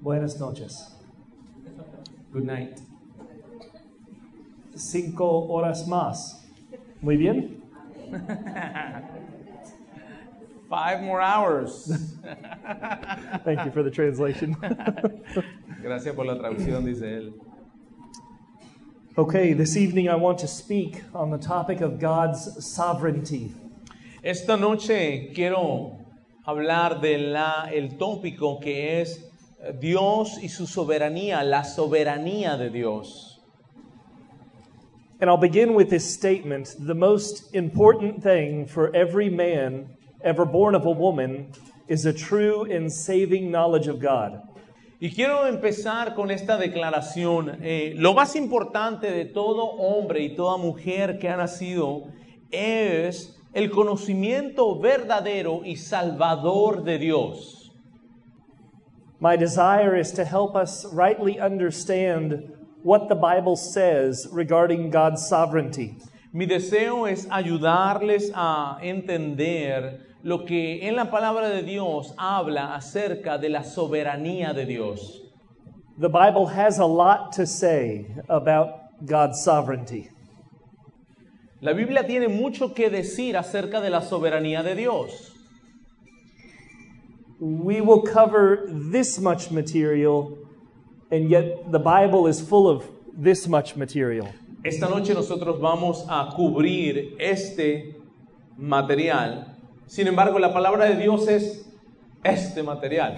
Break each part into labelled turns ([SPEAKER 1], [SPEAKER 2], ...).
[SPEAKER 1] Buenas noches. Good night. Cinco horas más. Muy bien.
[SPEAKER 2] Five more hours.
[SPEAKER 1] Thank you for the translation.
[SPEAKER 2] Gracias por la traducción, dice él.
[SPEAKER 1] okay, this evening I want to speak on the topic of God's sovereignty.
[SPEAKER 2] Esta noche quiero hablar del el tópico que es eh, Dios y su soberanía, la soberanía de Dios.
[SPEAKER 1] And I'll begin with this statement The most important thing for every man ever born of a woman is a true and saving knowledge of God.
[SPEAKER 2] Y quiero empezar con esta declaración. eh, lo más importante de todo hombre y toda mujer que ha nacido es el conocimiento verdadero y salvador de Dios.
[SPEAKER 1] My desire is to help us rightly understand what the Bible says regarding God's sovereignty.
[SPEAKER 2] Mi deseo es ayudarles a entender lo que en la palabra de Dios habla acerca de la soberanía de Dios.
[SPEAKER 1] The Bible has a lot to say about God's sovereignty.
[SPEAKER 2] La Biblia tiene mucho que decir acerca de la soberanía de Dios.
[SPEAKER 1] We will cover this much material, and yet the Bible is full of this much material.
[SPEAKER 2] Esta noche nosotros vamos a cubrir este material. Sin embargo, la palabra de Dios es este material.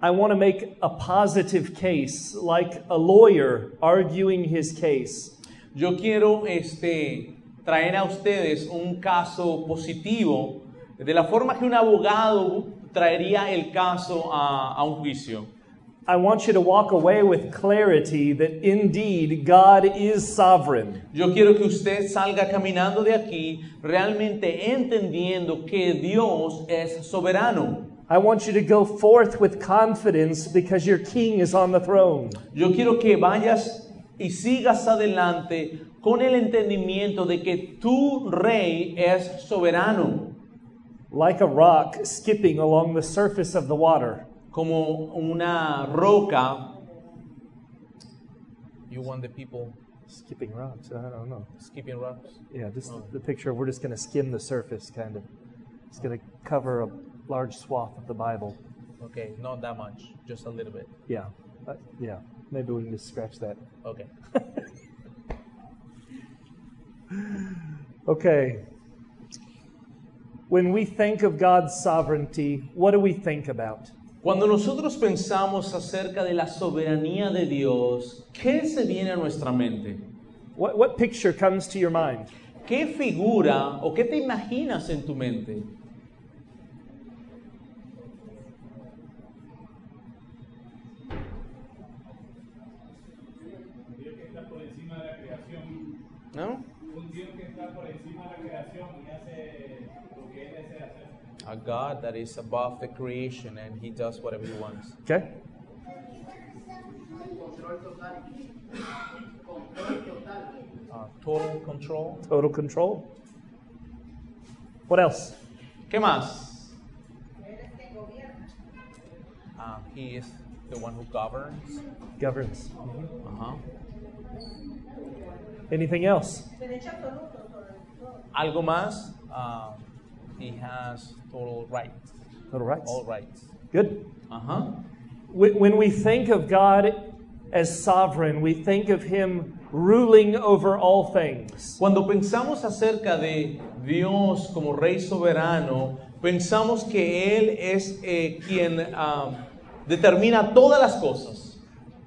[SPEAKER 1] I want to make a positive case, like a lawyer arguing his case.
[SPEAKER 2] Yo quiero este, traer a ustedes un caso positivo, de la forma que un abogado traería el caso a, a un juicio.
[SPEAKER 1] I want you to walk away with clarity that indeed God is sovereign.
[SPEAKER 2] Yo quiero que usted salga caminando de aquí realmente entendiendo que Dios es soberano.
[SPEAKER 1] I want you to go forth with confidence because your king is on the throne.
[SPEAKER 2] Yo quiero que vayas y sigas adelante con el entendimiento de que tu rey es soberano.
[SPEAKER 1] Like a rock skipping along the surface of the water,
[SPEAKER 2] como una roca. You want the people
[SPEAKER 1] skipping rocks. I don't know.
[SPEAKER 2] skipping rocks?
[SPEAKER 1] Yeah, just the picture of we're just going to skim the surface, kind of. It's going to cover a large swath of the Bible.
[SPEAKER 2] Okay, not that much, just a little bit.
[SPEAKER 1] Yeah, Uh, yeah. Maybe we can just scratch that.
[SPEAKER 2] Okay.
[SPEAKER 1] Okay. When we think of God's sovereignty, what do we think about?
[SPEAKER 2] Cuando nosotros pensamos acerca de la soberanía de Dios, ¿qué se viene a nuestra mente?
[SPEAKER 1] What, what picture comes to your mind?
[SPEAKER 2] ¿Qué figura o qué te imaginas en tu mente?
[SPEAKER 3] Dios que está por encima de la creación,
[SPEAKER 2] ¿No?
[SPEAKER 3] un Dios que está por encima de la creación y hace lo que él desea hacer.
[SPEAKER 2] A God that is above the creation and he does whatever he wants.
[SPEAKER 1] Okay.
[SPEAKER 2] Uh, total control.
[SPEAKER 1] Total control. What else?
[SPEAKER 2] ¿Qué más? Ah, he is the one who governs.
[SPEAKER 1] Governs.
[SPEAKER 2] Ajá.
[SPEAKER 1] Anything else?
[SPEAKER 2] Algo más. Ah, he has total right.
[SPEAKER 1] Total rights.
[SPEAKER 2] All rights.
[SPEAKER 1] Good.
[SPEAKER 2] Ajá.
[SPEAKER 1] Wh- When we think of God as sovereign, we think of Him ruling over all things.
[SPEAKER 2] Cuando pensamos acerca de Dios como Rey soberano, pensamos que Él es eh, quien ah, determina todas las cosas.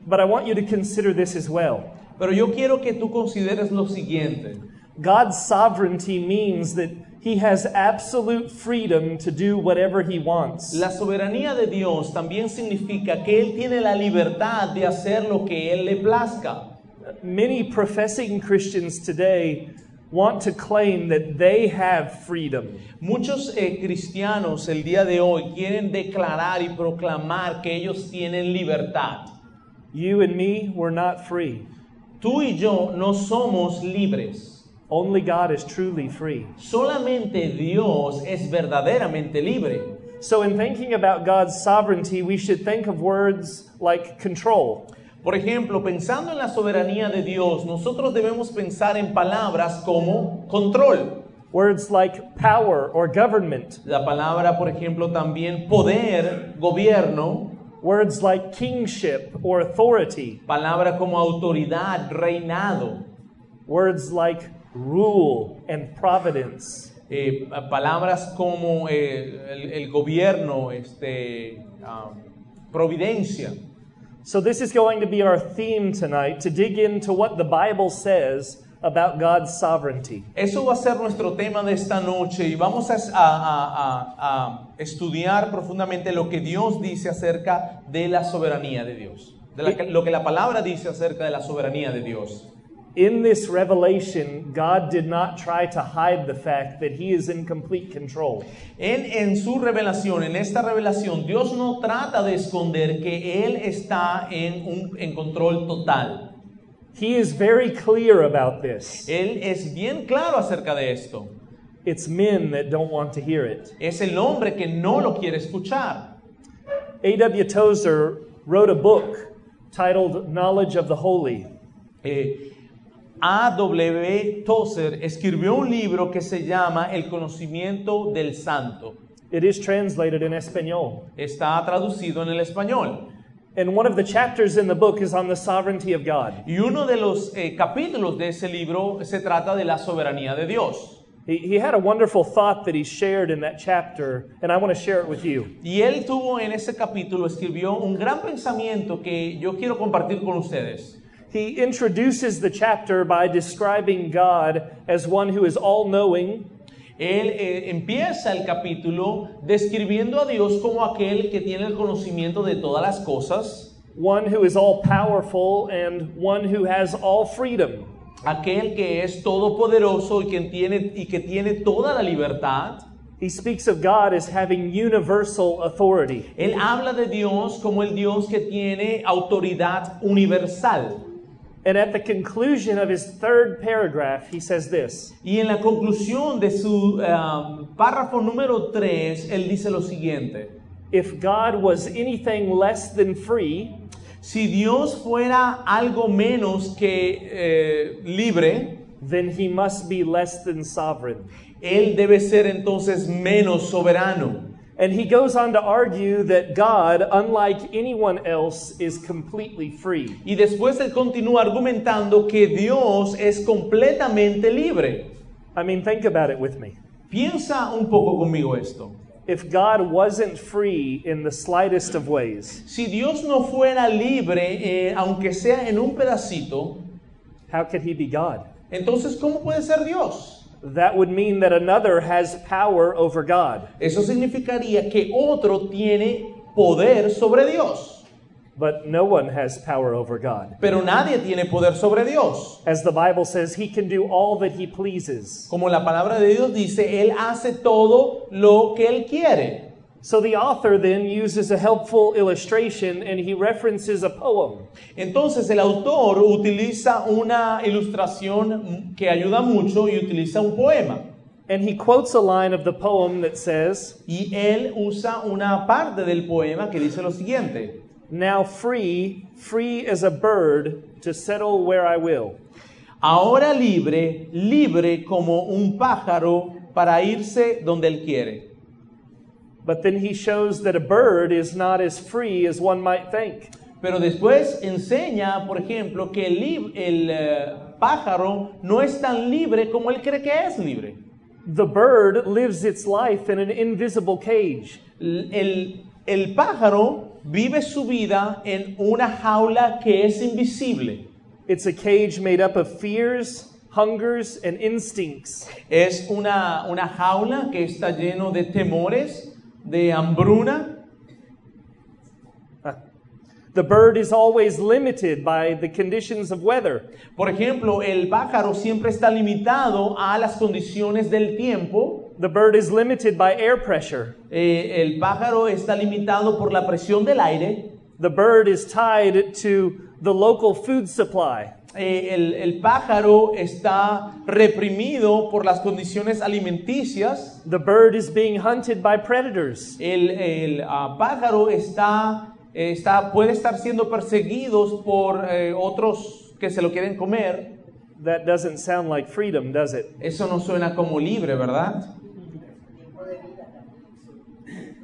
[SPEAKER 1] But I want you to consider this as well.
[SPEAKER 2] Pero yo quiero que tú consideres lo siguiente.
[SPEAKER 1] God's sovereignty means that He has absolute freedom to do whatever He wants.
[SPEAKER 2] La soberanía de Dios también significa que Él tiene la libertad de hacer lo que Él le plazca.
[SPEAKER 1] Many professing Christians today want to claim that they have freedom.
[SPEAKER 2] Muchos eh, cristianos el día de hoy quieren declarar y proclamar que ellos tienen libertad.
[SPEAKER 1] You and me, we're not free.
[SPEAKER 2] Tú y yo no somos libres.
[SPEAKER 1] Only God is truly free.
[SPEAKER 2] Solamente Dios es verdaderamente libre.
[SPEAKER 1] So, in thinking about God's sovereignty, we should think of words like control.
[SPEAKER 2] Por ejemplo, pensando en la soberanía de Dios, nosotros debemos pensar en palabras como control.
[SPEAKER 1] Words like power or government,
[SPEAKER 2] La palabra, por ejemplo, también poder, gobierno.
[SPEAKER 1] words like kingship or authority,
[SPEAKER 2] Palabra como autoridad, reinado.
[SPEAKER 1] words like rule and providence,
[SPEAKER 2] Eh, pa- palabras como eh, el, el gobierno, este, ah, providencia.
[SPEAKER 1] So, this is going to be our theme tonight to dig into what the Bible says about God's sovereignty.
[SPEAKER 2] Eso va a ser nuestro tema de esta noche y vamos a, a- a- a- a estudiar profundamente lo que Dios dice acerca de la soberanía de Dios, de la que- lo que la palabra dice acerca de la soberanía de Dios.
[SPEAKER 1] In this revelation, God did not try to hide the fact that He is in complete control.
[SPEAKER 2] Él en su revelación, en esta revelación, Dios no trata de esconder que Él está en, un, en control total.
[SPEAKER 1] He is very clear about this.
[SPEAKER 2] Él es bien claro acerca de esto.
[SPEAKER 1] It's men that don't want to hear it.
[SPEAKER 2] Es el hombre que no lo quiere escuchar.
[SPEAKER 1] A.W. Tozer wrote a book titled Knowledge of the Holy.
[SPEAKER 2] Eh, A.W. Tozer escribió un libro que se llama El conocimiento del santo.
[SPEAKER 1] It is translated in Espanol.
[SPEAKER 2] Está traducido en el español.
[SPEAKER 1] And one of the chapters in the book is on the sovereignty of God.
[SPEAKER 2] Y uno de los eh, capítulos de ese libro se trata de la soberanía de Dios.
[SPEAKER 1] He, he had a wonderful thought that he shared in that chapter, and I want to share it with you.
[SPEAKER 2] Y él tuvo en ese capítulo, escribió un gran pensamiento que yo quiero compartir con ustedes.
[SPEAKER 1] He introduces the chapter by describing God as one who is all knowing,
[SPEAKER 2] Él eh, empieza el capítulo describiendo a Dios como aquel que tiene el conocimiento de todas las cosas,
[SPEAKER 1] one who is all powerful, and one who has all freedom.
[SPEAKER 2] aquel que es todopoderoso y que tiene, y que tiene toda la libertad.
[SPEAKER 1] He speaks of God as having universal authority.
[SPEAKER 2] Él habla de Dios como el Dios que tiene autoridad universal.
[SPEAKER 1] And at the conclusion of his third paragraph, he says this
[SPEAKER 2] Y en la conclusión de su ah, párrafo número 3, él dice lo siguiente.
[SPEAKER 1] If God was anything less than free,
[SPEAKER 2] Si Dios fuera algo menos que eh, libre,
[SPEAKER 1] then he must be less than sovereign.
[SPEAKER 2] Él debe ser entonces menos soberano.
[SPEAKER 1] And he goes on to argue that God, unlike anyone else, is completely free.
[SPEAKER 2] Y después él continúa argumentando que Dios es completamente libre.
[SPEAKER 1] I mean, think about it with me.
[SPEAKER 2] Piensa un poco conmigo esto.
[SPEAKER 1] If God wasn't free in the slightest of ways,
[SPEAKER 2] Si Dios no fuera libre, eh, aunque sea en un pedacito,
[SPEAKER 1] how could he be God?
[SPEAKER 2] entonces ¿cómo puede ser Dios?
[SPEAKER 1] That would mean that another has power over God.
[SPEAKER 2] Eso significaría que otro tiene poder sobre Dios,
[SPEAKER 1] But no one has power over God.
[SPEAKER 2] pero nadie tiene poder sobre Dios.
[SPEAKER 1] As the Bible says, he can do all that he pleases.
[SPEAKER 2] Como la palabra de Dios dice, Él hace todo lo que Él quiere.
[SPEAKER 1] So the author then uses a helpful illustration and he references a poem.
[SPEAKER 2] Entonces el autor utiliza una ilustración que ayuda mucho y utiliza un poema.
[SPEAKER 1] And he quotes a line of the poem that says,
[SPEAKER 2] Y él usa una parte del poema que dice lo siguiente.
[SPEAKER 1] Now free, free as a bird to settle where I will.
[SPEAKER 2] Ahora libre, libre como un pájaro para irse donde él quiere.
[SPEAKER 1] But then he shows that a bird is not as free as one might think.
[SPEAKER 2] Pero después enseña, por ejemplo, que el, lib- el eh, pájaro no es tan libre como él cree que es libre.
[SPEAKER 1] The bird lives its life in an invisible cage.
[SPEAKER 2] El, el pájaro vive su vida en una jaula que es invisible.
[SPEAKER 1] It's a cage made up of fears, hungers, and instincts.
[SPEAKER 2] Es una, una jaula que está lleno de temores, de hambruna.
[SPEAKER 1] The bird is always limited by the conditions of weather.
[SPEAKER 2] Por ejemplo, el pájaro siempre está limitado a las condiciones del tiempo.
[SPEAKER 1] The bird is limited by air pressure.
[SPEAKER 2] Eh, el pájaro está limitado por la presión del aire.
[SPEAKER 1] The bird is tied to the local food supply.
[SPEAKER 2] eh, el, el pájaro está reprimido por las condiciones alimenticias,
[SPEAKER 1] The bird is being hunted by predators.
[SPEAKER 2] el, el, ah, pájaro está, eh, está, puede estar siendo perseguidos por eh, otros que se lo quieren comer.
[SPEAKER 1] That doesn't sound like freedom, does it?
[SPEAKER 2] Eso no suena como libre, ¿verdad?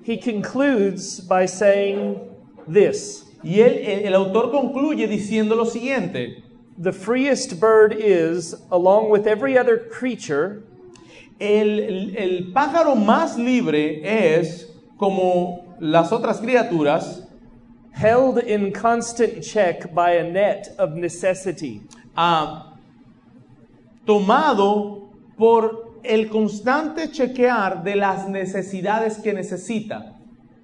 [SPEAKER 1] He concludes by saying this
[SPEAKER 2] Y él- el- el autor concluye diciendo lo siguiente.
[SPEAKER 1] The freest bird is, along with every other creature,
[SPEAKER 2] El, el- el pájaro más libre es, como las otras criaturas,
[SPEAKER 1] held in constant check by a net of necessity.
[SPEAKER 2] ah, tomado por el constante chequear de las necesidades que necesita.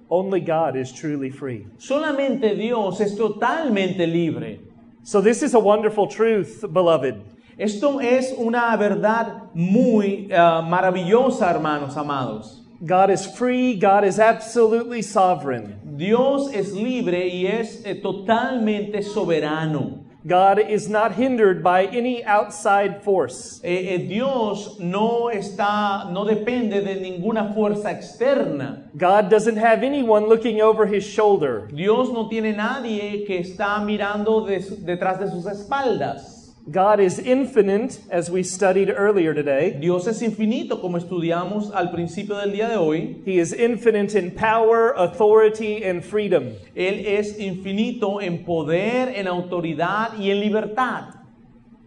[SPEAKER 1] Only God is truly free.
[SPEAKER 2] Solamente Dios es totalmente libre.
[SPEAKER 1] So, this is a wonderful truth, beloved.
[SPEAKER 2] Esto es una verdad muy ah, maravillosa, hermanos amados.
[SPEAKER 1] God is free, God is absolutely sovereign.
[SPEAKER 2] Dios es libre y es eh, totalmente soberano.
[SPEAKER 1] God is not hindered by any outside force.
[SPEAKER 2] Eh, eh, Dios no está, no depende de ninguna fuerza externa.
[SPEAKER 1] God doesn't have anyone looking over his shoulder.
[SPEAKER 2] Dios no tiene nadie que está mirando de su- detrás de sus espaldas.
[SPEAKER 1] God is infinite, as we studied earlier today.
[SPEAKER 2] Dios es infinito, como estudiamos al principio del día de hoy.
[SPEAKER 1] He is infinite in power, authority, and freedom.
[SPEAKER 2] Él es infinito en poder, en autoridad y en libertad.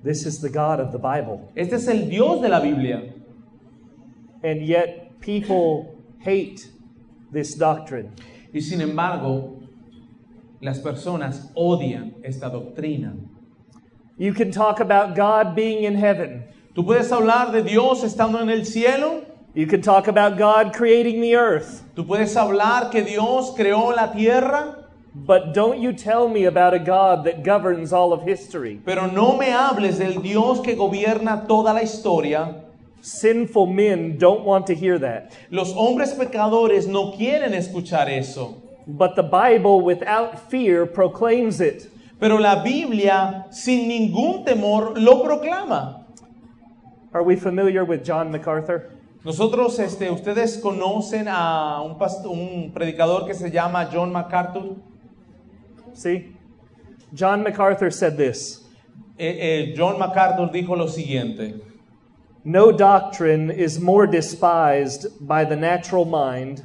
[SPEAKER 1] This is the God of the Bible.
[SPEAKER 2] Este es el Dios de la Biblia.
[SPEAKER 1] And yet, people hate this doctrine.
[SPEAKER 2] Y sin embargo, las personas odian esta doctrina.
[SPEAKER 1] You can talk about God being in heaven.
[SPEAKER 2] Tú puedes hablar de Dios estando en el cielo,
[SPEAKER 1] You can talk about God creating the earth.
[SPEAKER 2] Tú puedes hablar que Dios creó la tierra,
[SPEAKER 1] But don't you tell me about a God that governs all of history.
[SPEAKER 2] pero no me hables del Dios que gobierna toda la historia.
[SPEAKER 1] Sinful men don't want to hear that.
[SPEAKER 2] Los hombres pecadores no quieren escuchar eso,
[SPEAKER 1] But the Bible, without fear, proclaims it.
[SPEAKER 2] pero la Biblia sin ningún temor lo proclama.
[SPEAKER 1] Are we familiar with John MacArthur?
[SPEAKER 2] Nosotros, este, ustedes conocen a un, past- un predicador que se llama John MacArthur.
[SPEAKER 1] See? John MacArthur said this
[SPEAKER 2] Eh, eh, John MacArthur dijo lo siguiente.
[SPEAKER 1] No doctrine is more despised by the natural mind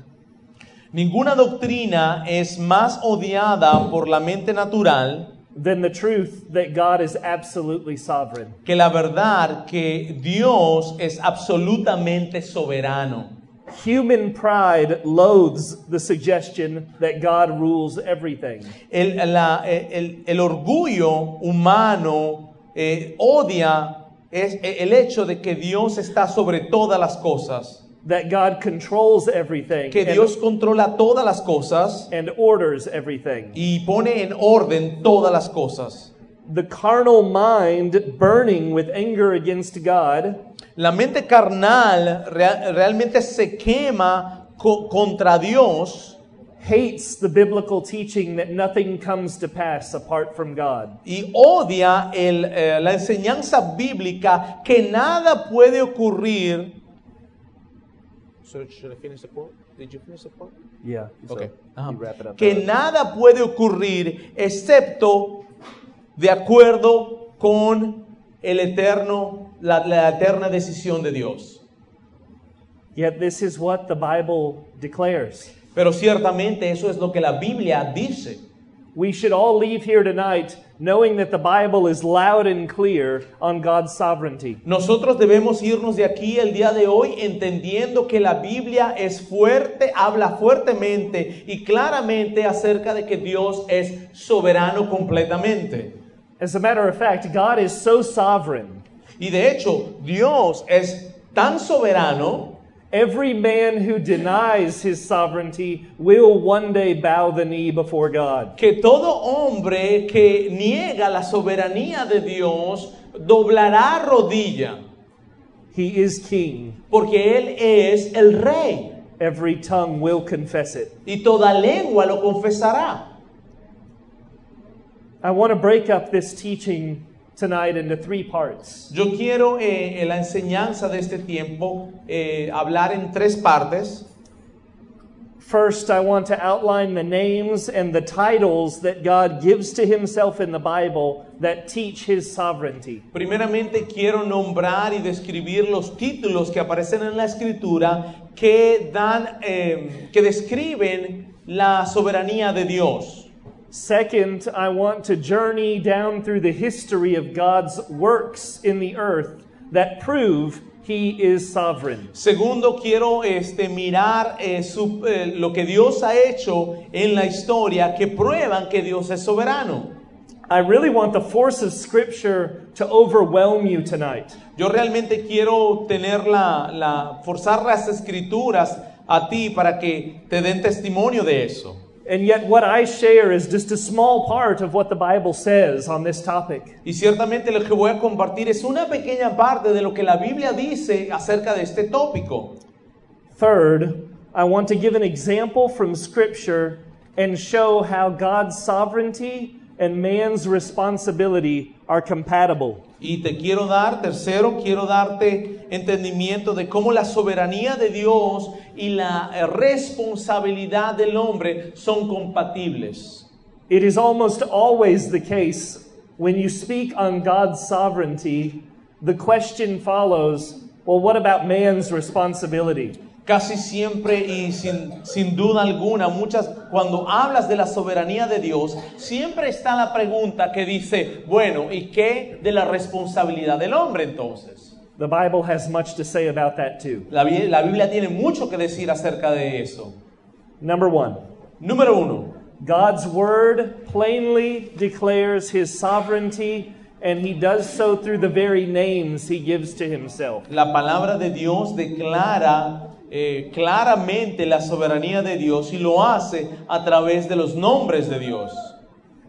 [SPEAKER 2] Ninguna doctrina es más odiada por la mente natural
[SPEAKER 1] than the truth that God is absolutely sovereign.
[SPEAKER 2] que la verdad que Dios es absolutamente soberano.
[SPEAKER 1] Human pride loathes the suggestion that God rules everything.
[SPEAKER 2] El, la- eh, el- el orgullo humano eh, odia es eh, el hecho de que Dios está sobre todas las cosas,
[SPEAKER 1] that God controls everything
[SPEAKER 2] que
[SPEAKER 1] and,
[SPEAKER 2] Dios controla todas las cosas
[SPEAKER 1] and orders everything.
[SPEAKER 2] y pone en orden todas las cosas.
[SPEAKER 1] The carnal mind burning with anger against God
[SPEAKER 2] La mente carnal rea- realmente se quema co- contra Dios.
[SPEAKER 1] hates the biblical teaching that nothing comes to pass apart from God.
[SPEAKER 2] y odia el, eh, la enseñanza bíblica que nada puede ocurrir. So, should I finish the quote? Did you finish the quote?
[SPEAKER 1] Yeah.
[SPEAKER 2] Okay. Ajá.
[SPEAKER 1] you wrap it up.
[SPEAKER 2] Que nada puede ocurrir excepto de acuerdo con el eterno, la, la eterna decisión de Dios.
[SPEAKER 1] Yet this is what the Bible declares.
[SPEAKER 2] Pero ciertamente eso es lo que la Biblia dice.
[SPEAKER 1] We should all leave here tonight knowing that the Bible is loud and clear on God's sovereignty.
[SPEAKER 2] Nosotros debemos irnos de aquí el día de hoy entendiendo que la Biblia es fuerte, habla fuertemente y claramente acerca de que Dios es soberano completamente.
[SPEAKER 1] As a matter of fact, God is so sovereign.
[SPEAKER 2] Y de hecho, Dios es tan soberano
[SPEAKER 1] Every man who denies his sovereignty will one day bow the knee before God.
[SPEAKER 2] que todo hombre que niega la soberanía de Dios doblará rodilla,
[SPEAKER 1] He is king.
[SPEAKER 2] porque Él es el rey
[SPEAKER 1] Every tongue will confess it.
[SPEAKER 2] y toda lengua lo confesará.
[SPEAKER 1] I want to break up this teaching tonight into three parts.
[SPEAKER 2] Yo quiero eh, en la enseñanza de este tiempo eh, hablar en tres partes.
[SPEAKER 1] First, I want to outline the names and the titles that God gives to himself in the Bible that teach his sovereignty.
[SPEAKER 2] Primeramente quiero nombrar y describir los títulos que aparecen en la escritura que dan, eh, que describen la soberanía de Dios.
[SPEAKER 1] Second, I want to journey down through the history of God's works in the earth that prove he is sovereign.
[SPEAKER 2] Segundo, quiero este, mirar eh, su- eh, lo que Dios ha hecho en la historia que prueban que Dios es soberano.
[SPEAKER 1] I really want the force of Scripture to overwhelm you tonight.
[SPEAKER 2] Yo realmente quiero tener la, la- forzar las escrituras a ti para que te den testimonio de eso.
[SPEAKER 1] And yet, what I share is just a small part of what the Bible says on this topic.
[SPEAKER 2] Y ciertamente lo que voy a compartir es una pequeña parte de lo que la Biblia dice acerca de este tópico.
[SPEAKER 1] Third, I want to give an example from Scripture and show how God's sovereignty and man's responsibility are compatible.
[SPEAKER 2] Y te quiero dar, tercero, quiero darte entendimiento de cómo la soberanía de Dios y la eh, responsabilidad del hombre son compatibles.
[SPEAKER 1] It is almost always the case when you speak on God's sovereignty, the question follows well, what about man's responsibility?
[SPEAKER 2] Casi siempre y sin, sin duda alguna, muchas, cuando hablas de la soberanía de Dios, siempre está la pregunta que dice, bueno, ¿y qué de la responsabilidad del hombre entonces?
[SPEAKER 1] The Bible has much to say about that too.
[SPEAKER 2] La, Bi- la Biblia tiene mucho que decir acerca de eso.
[SPEAKER 1] Number one,
[SPEAKER 2] Número uno,
[SPEAKER 1] God's word plainly declares his sovereignty, and he does so through the very names he gives to himself.
[SPEAKER 2] la palabra de Dios declara eh, claramente la soberanía de Dios y lo hace a través de los nombres de Dios.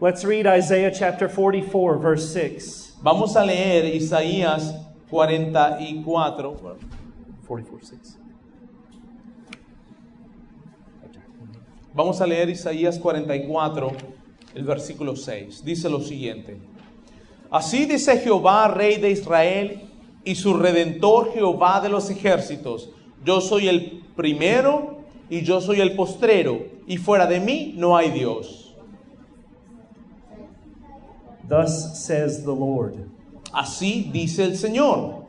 [SPEAKER 1] Let's read Isaiah chapter 44, verse 6.
[SPEAKER 2] Vamos a leer Isaías 44.
[SPEAKER 1] 44, 6.
[SPEAKER 2] Vamos a leer Isaías 44, el versículo 6. Dice lo siguiente. Así dice Jehová, rey de Israel, y su redentor Jehová de los ejércitos. Yo soy el primero y yo soy el postrero, y fuera de mí no hay Dios.
[SPEAKER 1] Thus says the Lord,
[SPEAKER 2] Así dice el Señor,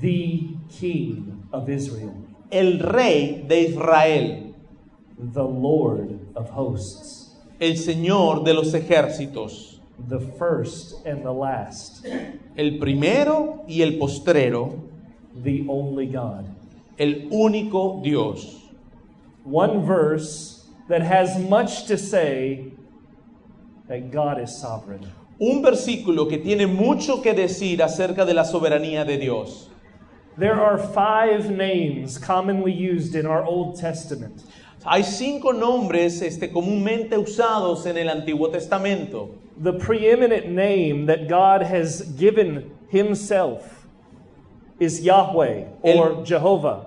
[SPEAKER 1] the King of Israel.
[SPEAKER 2] el rey de Israel,
[SPEAKER 1] the Lord of hosts,
[SPEAKER 2] el Señor de los ejércitos,
[SPEAKER 1] the first and the last,
[SPEAKER 2] el primero y el postrero,
[SPEAKER 1] the only God.
[SPEAKER 2] el único Dios.
[SPEAKER 1] One verse that has much to say that God is sovereign.
[SPEAKER 2] Un versículo que tiene mucho que decir acerca de la soberanía de Dios.
[SPEAKER 1] There are five names commonly used in our Old Testament.
[SPEAKER 2] Hay cinco nombres este, comúnmente usados en el Antiguo Testamento.
[SPEAKER 1] The preeminent name that God has given Himself is Yahweh or
[SPEAKER 2] El-
[SPEAKER 1] Jehovah.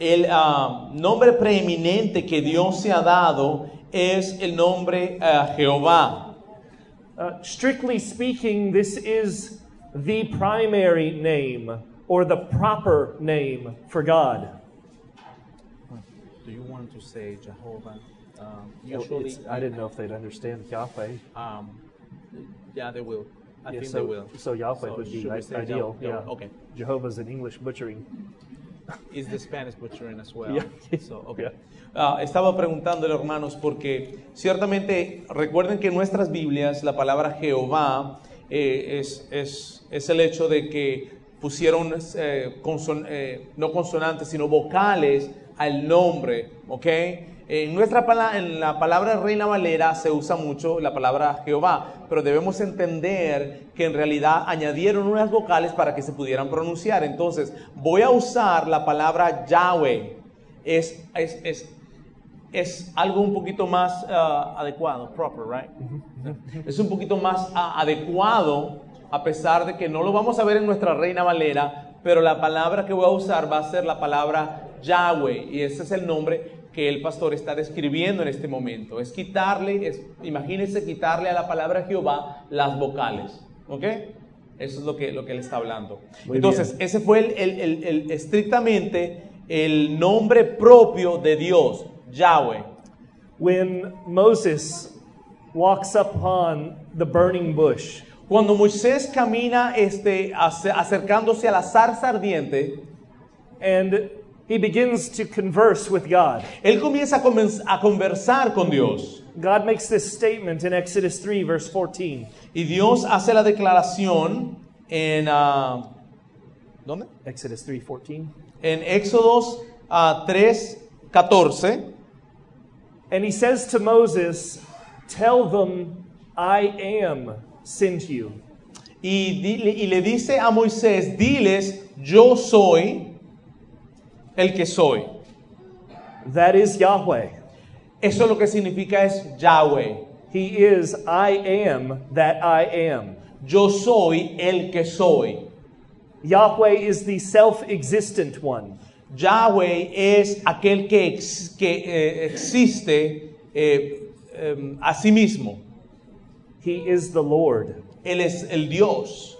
[SPEAKER 2] El ah, nombre preeminente que Dios se ha dado es el nombre ah, Jehová.
[SPEAKER 1] Uh, strictly speaking, this is the primary name or the proper name for God.
[SPEAKER 4] Do you want to say Jehovah? Um, usually,
[SPEAKER 5] It's, I didn't know if they'd understand Yahweh.
[SPEAKER 4] um, yeah, they will. I
[SPEAKER 5] Yeah,
[SPEAKER 4] think
[SPEAKER 5] so,
[SPEAKER 4] they will.
[SPEAKER 5] so Yahweh
[SPEAKER 4] So
[SPEAKER 5] would be
[SPEAKER 4] should we
[SPEAKER 5] i-
[SPEAKER 4] say
[SPEAKER 5] ideal.
[SPEAKER 4] Yah- Yah-
[SPEAKER 5] yeah.
[SPEAKER 4] Okay.
[SPEAKER 5] Jehovah's an English butchering.
[SPEAKER 4] Is the Spanish butchering as well?
[SPEAKER 5] Yeah.
[SPEAKER 4] So okay.
[SPEAKER 5] Yeah.
[SPEAKER 2] Ah, estaba preguntándole, hermanos, porque ciertamente recuerden que en nuestras Biblias la palabra Jehová eh, es, es- es el hecho de que pusieron eh, conson- eh, no consonantes, sino vocales al nombre, ¿ok? En, nuestra pala- en la palabra Reina Valera se usa mucho la palabra Jehová, pero debemos entender que en realidad añadieron unas vocales para que se pudieran pronunciar. Entonces, voy a usar la palabra Yahweh es, es, es, es algo un poquito más ah, adecuado, proper, right? Es un poquito más ah, adecuado, a pesar de que no lo vamos a ver en nuestra Reina Valera, pero la palabra que voy a usar va a ser la palabra Yahweh, y ese es el nombre que el pastor está describiendo en este momento. Es quitarle, es, imagínense quitarle a la palabra Jehová las vocales, ¿ok? Eso es lo que, lo que él está hablando. Entonces, ese fue el, el- el- el- estrictamente el nombre propio de Dios, Yahweh.
[SPEAKER 1] When Moses walks upon the burning bush,
[SPEAKER 2] Cuando Moisés camina este, ace- acercándose a la zarza ardiente,
[SPEAKER 1] and he begins to converse with God.
[SPEAKER 2] él comienza a, comenz- a conversar con Dios.
[SPEAKER 1] God makes this statement in Exodus 3, verse 14.
[SPEAKER 2] Y Dios hace la declaración en... ah, ¿Dónde?
[SPEAKER 1] Exodus 3, 14.
[SPEAKER 2] En ah, Éxodos 3, 14.
[SPEAKER 1] And he says to Moses, Tell them, I am sent you.
[SPEAKER 2] y, di- y le dice a Moisés, diles, yo soy el que soy.
[SPEAKER 1] That is Yahweh.
[SPEAKER 2] Eso lo que significa es Yahweh.
[SPEAKER 1] He is, I am that I am.
[SPEAKER 2] Yo soy el que soy.
[SPEAKER 1] Yahweh is the self existent one.
[SPEAKER 2] Yahweh es aquel que, ex- que, eh, existe eh, em, a sí mismo.
[SPEAKER 1] He is the Lord.
[SPEAKER 2] Él es el Dios.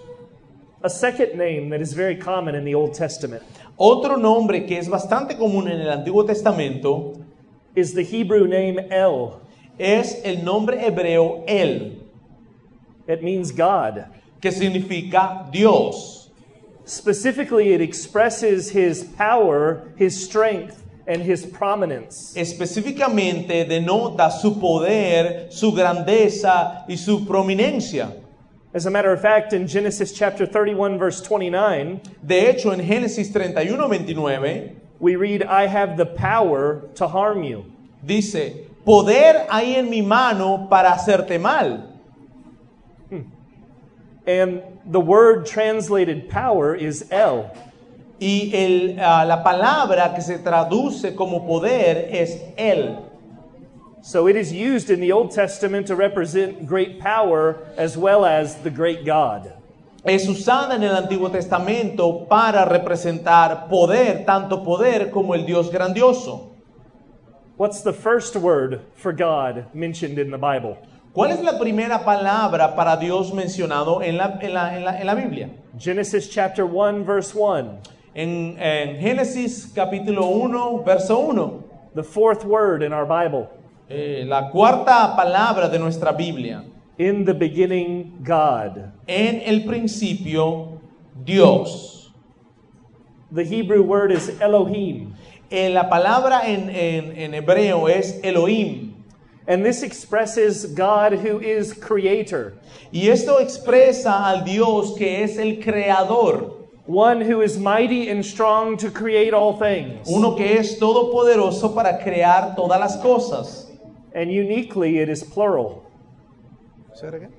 [SPEAKER 1] A second name that is very common in the Old Testament
[SPEAKER 2] Otro nombre que es bastante común en el Antiguo Testamento
[SPEAKER 1] is the Hebrew name El.
[SPEAKER 2] es el nombre hebreo El,
[SPEAKER 1] It means God.
[SPEAKER 2] que significa Dios.
[SPEAKER 1] Specifically, it expresses his power, his strength, and his prominence.
[SPEAKER 2] específicamente denota su poder, su grandeza y su prominencia.
[SPEAKER 1] As a matter of fact, in Genesis chapter 31, verse 29,
[SPEAKER 2] De hecho, en Génesis 31, 29,
[SPEAKER 1] we read, I have the power to harm you.
[SPEAKER 2] dice, poder hay en mi mano para hacerte mal.
[SPEAKER 1] And the word translated power is El.
[SPEAKER 2] Y el, ah, la palabra que se traduce como poder es él.
[SPEAKER 1] So it is used in the Old Testament to represent great power as well as the great God.
[SPEAKER 2] Es usada en el Antiguo Testamento para representar poder, tanto poder como el Dios grandioso.
[SPEAKER 1] What's the first word for God mentioned in the Bible?
[SPEAKER 2] ¿Cuál es la primera palabra para Dios mencionado en la- en la- en la- en la Biblia?
[SPEAKER 1] Genesis chapter 1, verse 1.
[SPEAKER 2] En, en Génesis capítulo 1, verso 1,
[SPEAKER 1] The fourth word in our Bible.
[SPEAKER 2] eh, la cuarta palabra de nuestra Biblia,
[SPEAKER 1] In the beginning, God.
[SPEAKER 2] en el principio, Dios.
[SPEAKER 1] The Hebrew word is Elohim.
[SPEAKER 2] Eh, la palabra en, en- en hebreo es Elohim,
[SPEAKER 1] And this expresses God who is creator,
[SPEAKER 2] y esto expresa al Dios que es el creador,
[SPEAKER 1] one who is mighty and strong to create all things.
[SPEAKER 2] uno que es todopoderoso para crear todas las cosas.
[SPEAKER 1] And uniquely, it is plural.
[SPEAKER 4] Say it again.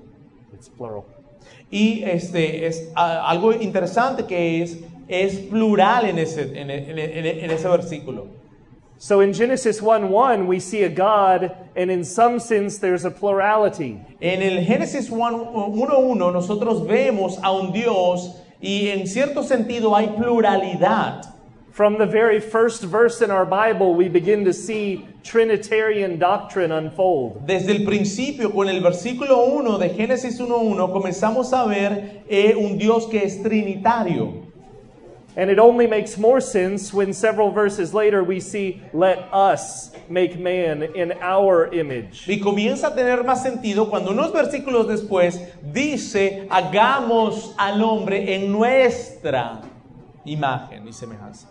[SPEAKER 5] It's plural.
[SPEAKER 2] Y este es a- algo interesante que es, es plural en ese, en- en- en- en ese versículo.
[SPEAKER 1] So in Genesis 1 1, we see a God, and in some sense, there's a plurality.
[SPEAKER 2] En el Génesis 1.1 nosotros vemos a un Dios y en cierto sentido hay pluralidad.
[SPEAKER 1] From the very first verse in our Bible, we begin to see Trinitarian doctrine unfold.
[SPEAKER 2] Desde el principio, con el versículo 1 de Génesis 1.1, comenzamos a ver eh, un Dios que es trinitario.
[SPEAKER 1] And it only makes more sense when several verses later we see, let us make man in our image.
[SPEAKER 2] Y comienza a tener más sentido cuando unos versículos después dice, hagamos al hombre en nuestra imagen y semejanza.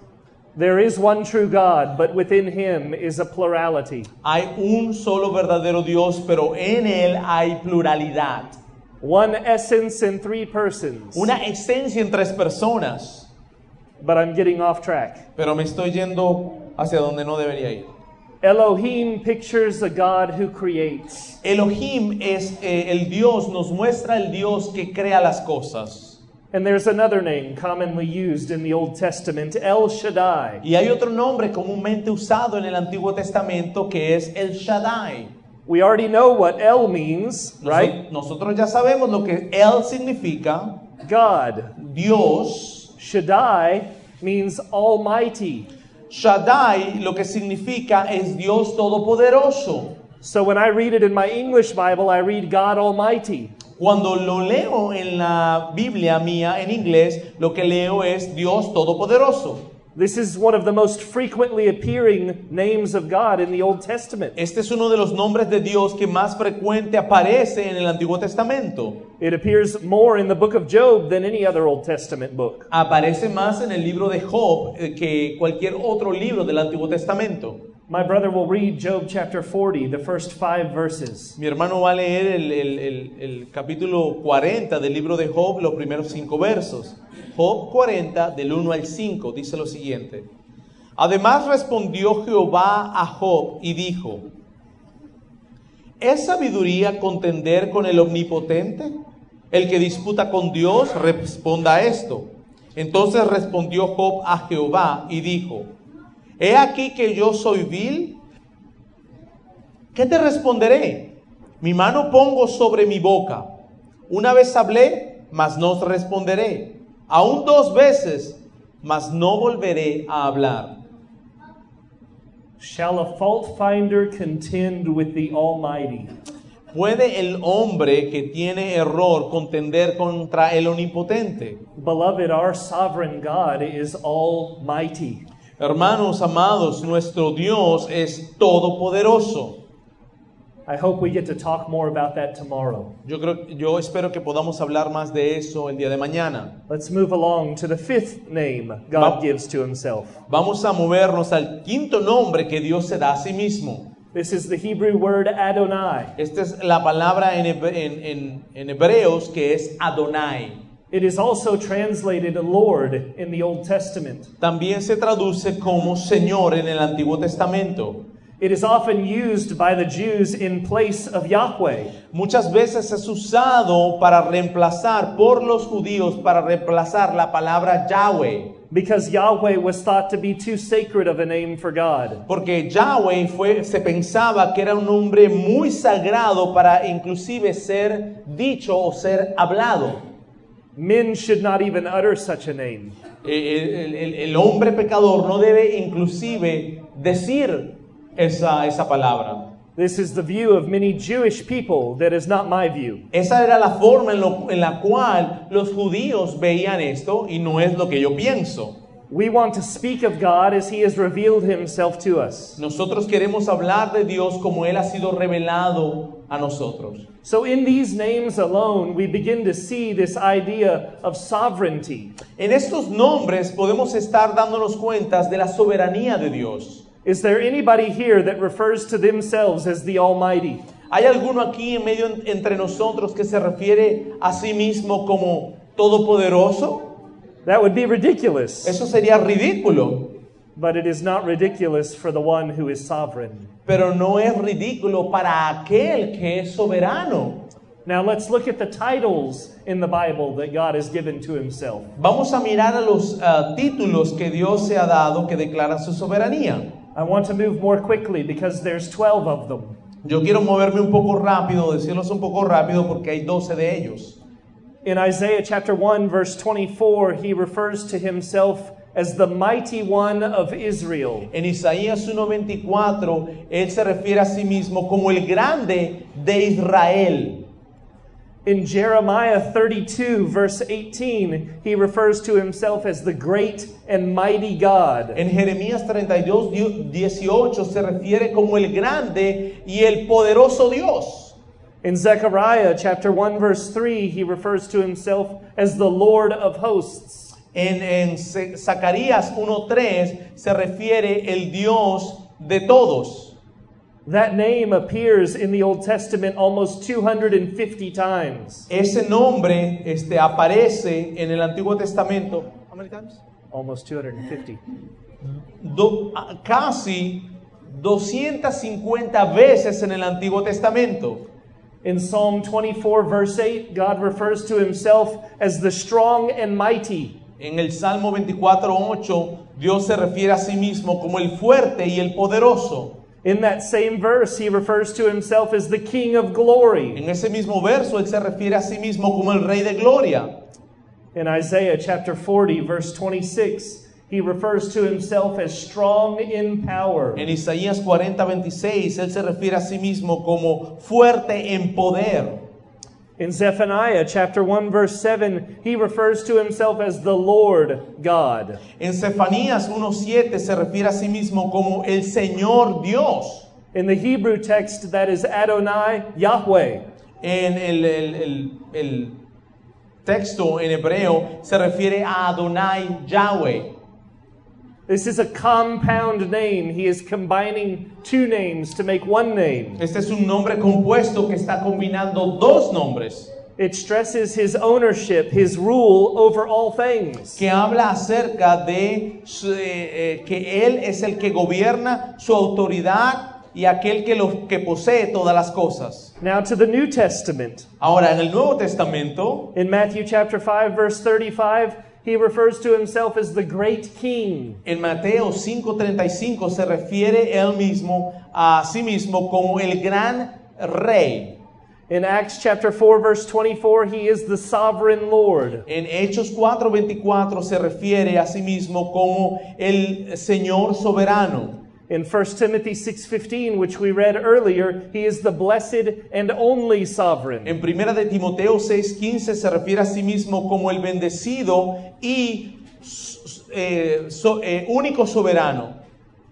[SPEAKER 1] There is one true God, but within him is a plurality.
[SPEAKER 2] Hay un solo verdadero Dios, pero en él hay pluralidad.
[SPEAKER 1] One essence in three persons.
[SPEAKER 2] una esencia en tres personas,
[SPEAKER 1] But I'm getting off track.
[SPEAKER 2] pero me estoy yendo hacia donde no debería ir.
[SPEAKER 1] Elohim pictures a God who creates.
[SPEAKER 2] Elohim es eh, el Dios, nos muestra el Dios que crea las cosas.
[SPEAKER 1] And there's another name commonly used in the Old Testament, El Shaddai,
[SPEAKER 2] Y hay otro nombre comúnmente usado en el Antiguo Testamento que es el Shaddai.
[SPEAKER 1] We already know what El means,
[SPEAKER 2] Noso-
[SPEAKER 1] right?
[SPEAKER 2] Nosotros ya sabemos lo que él significa,
[SPEAKER 1] God.
[SPEAKER 2] Dios.
[SPEAKER 1] Shaddai means almighty.
[SPEAKER 2] Shaddai lo que significa es Dios todopoderoso.
[SPEAKER 1] So when I read it in my English Bible, I read God Almighty.
[SPEAKER 2] Cuando lo leo en la Biblia mía en inglés, lo que leo es Dios Todopoderoso.
[SPEAKER 1] This is one of the most frequently appearing names of God in the Old Testament.
[SPEAKER 2] Este es uno de los nombres de Dios que más frecuente aparece en el Antiguo Testamento.
[SPEAKER 1] It appears more in the book of Job than any other Old Testament book.
[SPEAKER 2] Aparece más en el libro de Job eh, que cualquier otro libro del Antiguo Testamento.
[SPEAKER 1] My brother will read Job chapter 40, the first five verses.
[SPEAKER 2] Mi hermano va a leer el, el- el- el capítulo 40 del libro de Job, los primeros cinco versos. Job 40, del 1 al 5, dice lo siguiente. Además respondió Jehová a Job y dijo, ¿es sabiduría contender con el omnipotente? El que disputa con Dios responda a esto. Entonces respondió Job a Jehová y dijo, ¿he aquí que yo soy vil? ¿Qué te responderé? Mi mano pongo sobre mi boca. Una vez hablé, mas no responderé. Aún dos veces, mas no volveré a hablar.
[SPEAKER 1] Shall a fault finder contend with the Almighty?
[SPEAKER 2] ¿Puede el hombre que tiene error contender contra el omnipotente?
[SPEAKER 1] Beloved, our sovereign God is almighty.
[SPEAKER 2] Hermanos amados, nuestro Dios es todopoderoso.
[SPEAKER 1] I hope we get to talk more about that tomorrow.
[SPEAKER 2] Yo creo, yo espero que podamos hablar más de eso el día de mañana.
[SPEAKER 1] Let's move along to the fifth name God gives to himself.
[SPEAKER 2] Vamos a movernos al quinto nombre que Dios se da a sí mismo.
[SPEAKER 1] This is the Hebrew word Adonai.
[SPEAKER 2] Esta es la palabra en, heb- en- en- en hebreos que es Adonai.
[SPEAKER 1] It is also translated Lord in the Old Testament.
[SPEAKER 2] También se traduce como Señor en el Antiguo Testamento.
[SPEAKER 1] It is often used by the Jews in place of Yahweh.
[SPEAKER 2] Muchas veces es usado para reemplazar por los judíos, para reemplazar la palabra Yahweh.
[SPEAKER 1] Because Yahweh was thought to be too sacred of a name for God.
[SPEAKER 2] Porque Yahweh fue, se pensaba que era un nombre muy sagrado para inclusive ser dicho o ser hablado.
[SPEAKER 1] Men should not even utter such a name.
[SPEAKER 2] Eh, El, el- el hombre pecador no debe inclusive decir esa, esa palabra.
[SPEAKER 1] This is the view of many Jewish people that is not my view.
[SPEAKER 2] Esa era la forma en, lo- en la cual los judíos veían esto y no es lo que yo pienso.
[SPEAKER 1] We want to speak of God as he has revealed himself to us.
[SPEAKER 2] Nosotros queremos hablar de Dios como Él ha sido revelado a nosotros.
[SPEAKER 1] So, in these names alone, we begin to see this idea of sovereignty.
[SPEAKER 2] En estos nombres podemos estar dándonos cuentas de la soberanía de Dios.
[SPEAKER 1] Is there anybody here that refers to themselves as the Almighty?
[SPEAKER 2] ¿Hay alguno aquí en medio en- entre nosotros que se refiere a sí mismo como todopoderoso?
[SPEAKER 1] That would be ridiculous,
[SPEAKER 2] Eso sería ridículo,
[SPEAKER 1] but it is not ridiculous for the one who is sovereign.
[SPEAKER 2] pero no es ridículo para aquel que es soberano.
[SPEAKER 1] Now, let's look at the titles in the Bible that God has given to himself.
[SPEAKER 2] Vamos a mirar a los ah, títulos que Dios se ha dado que declaran su soberanía.
[SPEAKER 1] I want to move more quickly because there's 12 of them.
[SPEAKER 2] Yo quiero moverme un poco rápido, decirlos un poco rápido porque hay 12 de ellos.
[SPEAKER 1] In Isaiah chapter 1, verse 24, he refers to himself as the mighty one of Israel.
[SPEAKER 2] En Isaías 1:24, él se refiere a sí mismo como el grande de Israel.
[SPEAKER 1] In Jeremiah 32, verse 18, he refers to himself as the great and mighty God.
[SPEAKER 2] En Jeremías 32, di- 18 se refiere como el grande y el poderoso Dios.
[SPEAKER 1] In Zechariah chapter 1, verse 3, he refers to himself as the Lord of hosts.
[SPEAKER 2] En, en Se- Zacarías 1:3 se refiere el Dios de todos.
[SPEAKER 1] That name appears in the Old Testament almost 250 times.
[SPEAKER 2] Ese nombre este, aparece en el Antiguo Testamento
[SPEAKER 4] How many times?
[SPEAKER 1] Almost 250.
[SPEAKER 2] do- a- casi 250 veces en el Antiguo Testamento.
[SPEAKER 1] In Psalm 24, verse 8, God refers to himself as the strong and mighty.
[SPEAKER 2] En el Salmo 24:8, Dios se refiere a sí mismo como el fuerte y el poderoso.
[SPEAKER 1] In that same verse, he refers to himself as the King of glory.
[SPEAKER 2] En ese mismo verso, Él se refiere a sí mismo como el Rey de Gloria.
[SPEAKER 1] In Isaiah chapter 40, verse 26, he refers to himself as strong in power.
[SPEAKER 2] En Isaías 40:26, Él se refiere a sí mismo como fuerte en poder.
[SPEAKER 1] In Zephaniah chapter 1 verse 7, he refers to himself as the Lord God.
[SPEAKER 2] En Cefanías 1.7 se refiere a sí mismo como el Señor Dios.
[SPEAKER 1] In the Hebrew text, that is Adonai Yahweh.
[SPEAKER 2] En el, el- el- el texto en hebreo se refiere a Adonai Yahweh.
[SPEAKER 1] This is a compound name. He is combining two names to make one name.
[SPEAKER 2] Este es un nombre compuesto que está combinando dos nombres
[SPEAKER 1] It stresses his ownership, his rule over all things.
[SPEAKER 2] que habla acerca de su- eh, eh, que Él es el que gobierna su autoridad y aquel que, lo, que posee todas las cosas.
[SPEAKER 1] Now to the New Testament.
[SPEAKER 2] Ahora, en el Nuevo Testamento,
[SPEAKER 1] In Matthew chapter 5 verse 35, he refers to himself as the great king.
[SPEAKER 2] en Mateo 5:35 se refiere Él mismo a sí mismo como el gran rey.
[SPEAKER 1] In Acts chapter 4 verse 24, he is the sovereign Lord.
[SPEAKER 2] En Hechos 4:24 se refiere a sí mismo como el Señor soberano.
[SPEAKER 1] In 1 Timothy 6:15, which we read earlier, he is the blessed and only sovereign.
[SPEAKER 2] En primera de Timoteo 6:15 se refiere a sí mismo como el bendecido y s- eh, so- eh, único soberano.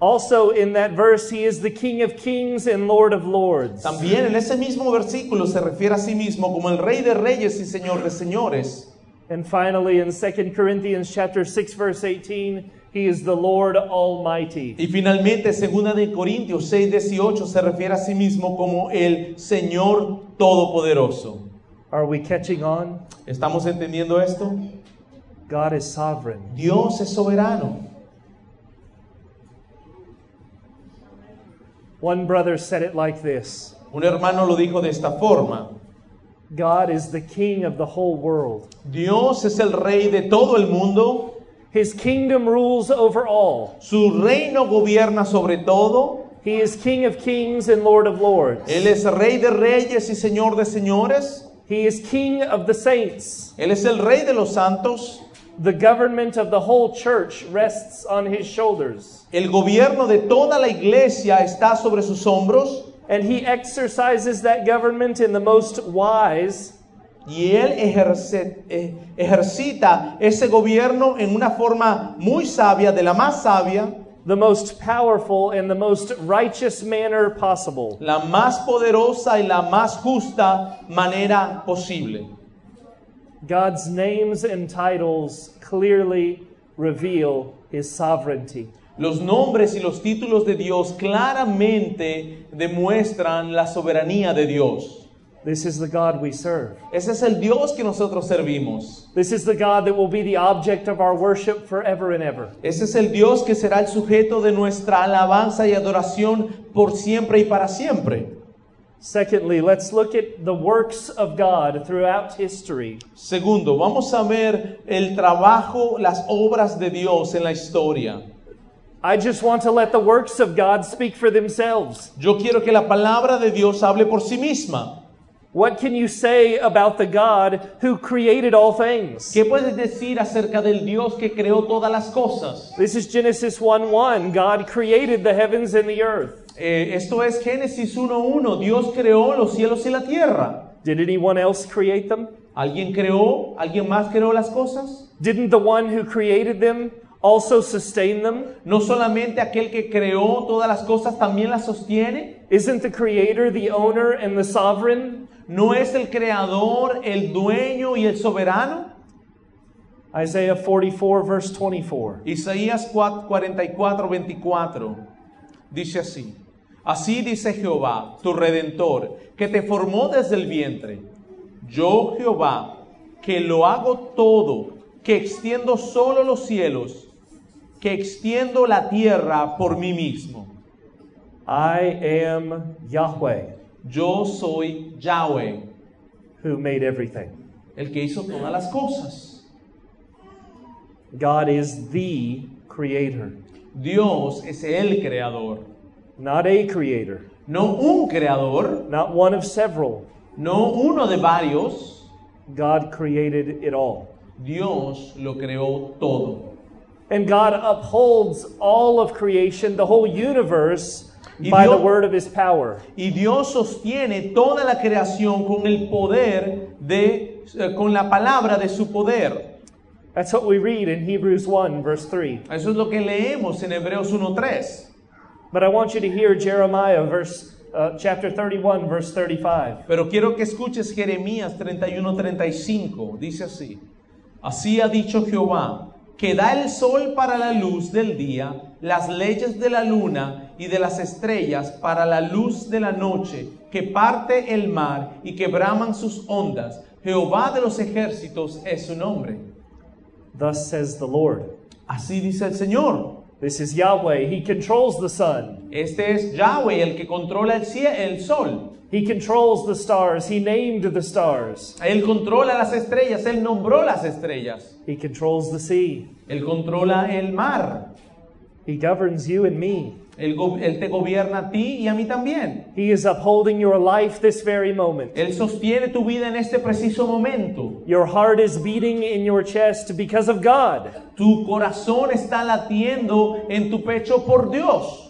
[SPEAKER 1] Also in that verse, he is the King of kings and Lord of lords.
[SPEAKER 2] También en ese mismo versículo se refiere a sí mismo como el Rey de Reyes y Señor de Señores.
[SPEAKER 1] And finally in 2 Corinthians chapter 6 verse 18, he is the Lord almighty.
[SPEAKER 2] Y finalmente, segunda de Corintios 6:18 se refiere a sí mismo como el Señor Todopoderoso.
[SPEAKER 1] Are we catching on?
[SPEAKER 2] ¿Estamos entendiendo esto?
[SPEAKER 1] God is sovereign.
[SPEAKER 2] Dios es soberano.
[SPEAKER 1] One brother said it like this.
[SPEAKER 2] Un hermano lo dijo de esta forma.
[SPEAKER 1] God is the king of the whole world.
[SPEAKER 2] Dios es el rey de todo el mundo.
[SPEAKER 1] His kingdom rules over all.
[SPEAKER 2] Su reino gobierna sobre todo.
[SPEAKER 1] He is king of kings and lord of lords.
[SPEAKER 2] Él es rey de reyes y señor de señores.
[SPEAKER 1] He is king of the saints.
[SPEAKER 2] Él es el rey de los santos.
[SPEAKER 1] The government of the whole church rests on his shoulders.
[SPEAKER 2] El gobierno de toda la iglesia está sobre sus hombros.
[SPEAKER 1] And he exercises that government in the most wise
[SPEAKER 2] Y él ejerce- eh, ejercita ese gobierno en una forma muy sabia, de la más sabia,
[SPEAKER 1] the most powerful and the most righteous manner possible.
[SPEAKER 2] la más poderosa y la más justa manera posible.
[SPEAKER 1] God's names and titles clearly reveal his sovereignty.
[SPEAKER 2] Los nombres y los títulos de Dios claramente demuestran la soberanía de Dios.
[SPEAKER 1] This is the God we serve.
[SPEAKER 2] Ese es el Dios que nosotros servimos.
[SPEAKER 1] This is the God that will be the object of our worship forever and ever.
[SPEAKER 2] Ese es el Dios que será el sujeto de nuestra alabanza y adoración por siempre y para siempre.
[SPEAKER 1] Secondly, let's look at the works of God throughout history.
[SPEAKER 2] Segundo, vamos a ver el trabajo, las obras de Dios en la historia.
[SPEAKER 1] I just want to let the works of God speak for themselves.
[SPEAKER 2] Yo quiero que la palabra de Dios hable por sí misma.
[SPEAKER 1] What can you say about the God who created all things?
[SPEAKER 2] ¿Qué puedes decir acerca del Dios que creó todas las cosas?
[SPEAKER 1] This is Genesis 1 1. God created the heavens and the earth.
[SPEAKER 2] Eh, esto es Génesis 1.1. Dios creó los cielos y la tierra.
[SPEAKER 1] Did anyone else create them?
[SPEAKER 2] ¿Alguien creó? ¿Alguien más creó las cosas?
[SPEAKER 1] Didn't the one who created them also sustain them?
[SPEAKER 2] No solamente aquel que creó todas las cosas también las sostiene.
[SPEAKER 1] Isn't the creator the owner and the sovereign?
[SPEAKER 2] ¿No es el creador, el dueño y el soberano?
[SPEAKER 1] Isaiah 44, verse 24.
[SPEAKER 2] Isaías 4- 44, 24 dice así. Así dice Jehová, tu redentor, que te formó desde el vientre. Yo, Jehová, que lo hago todo, que extiendo solo los cielos, que extiendo la tierra por mí mismo.
[SPEAKER 1] I am Yahweh,
[SPEAKER 2] Yo soy Yahweh,
[SPEAKER 1] who made everything.
[SPEAKER 2] el que hizo todas las cosas.
[SPEAKER 1] God is the creator,
[SPEAKER 2] Dios es el creador,
[SPEAKER 1] not a creator,
[SPEAKER 2] no un creador,
[SPEAKER 1] not one of several.
[SPEAKER 2] no uno de varios,
[SPEAKER 1] God created it all.
[SPEAKER 2] Dios lo creó todo.
[SPEAKER 1] And God upholds all of creation, the whole universe,
[SPEAKER 2] Y
[SPEAKER 1] by the
[SPEAKER 2] Dios-
[SPEAKER 1] word of his power.
[SPEAKER 2] Y Dios sostiene toda la creación con el poder de, eh, con la palabra de su poder.
[SPEAKER 1] That's what we read in Hebrews 1, verse 3.
[SPEAKER 2] Eso es lo que leemos en Hebreos 1.3.
[SPEAKER 1] But I want you to hear Jeremiah, verse, uh, chapter 31, verse 35.
[SPEAKER 2] Pero quiero que escuches Jeremías 31:35. Dice así. Así ha dicho Jehová, que da el sol para la luz del día, las leyes de la luna y de las estrellas para la luz de la noche, que parte el mar y que braman sus ondas. Jehová de los ejércitos es su nombre.
[SPEAKER 1] Thus says the Lord.
[SPEAKER 2] Así dice el Señor.
[SPEAKER 1] This is Yahweh. He controls the sun,
[SPEAKER 2] Este es Yahweh, el que controla el, cie- el sol.
[SPEAKER 1] He controls the stars. He named the stars.
[SPEAKER 2] Él controla las estrellas, él nombró las estrellas.
[SPEAKER 1] He controls the sea.
[SPEAKER 2] Él controla el mar.
[SPEAKER 1] He governs you and me.
[SPEAKER 2] Él, go- Él te gobierna a ti y a mí también.
[SPEAKER 1] He is upholding your life this very moment.
[SPEAKER 2] Él sostiene tu vida en este preciso momento.
[SPEAKER 1] Your heart is beating in your chest because of God.
[SPEAKER 2] Tu corazón está latiendo en tu pecho por Dios.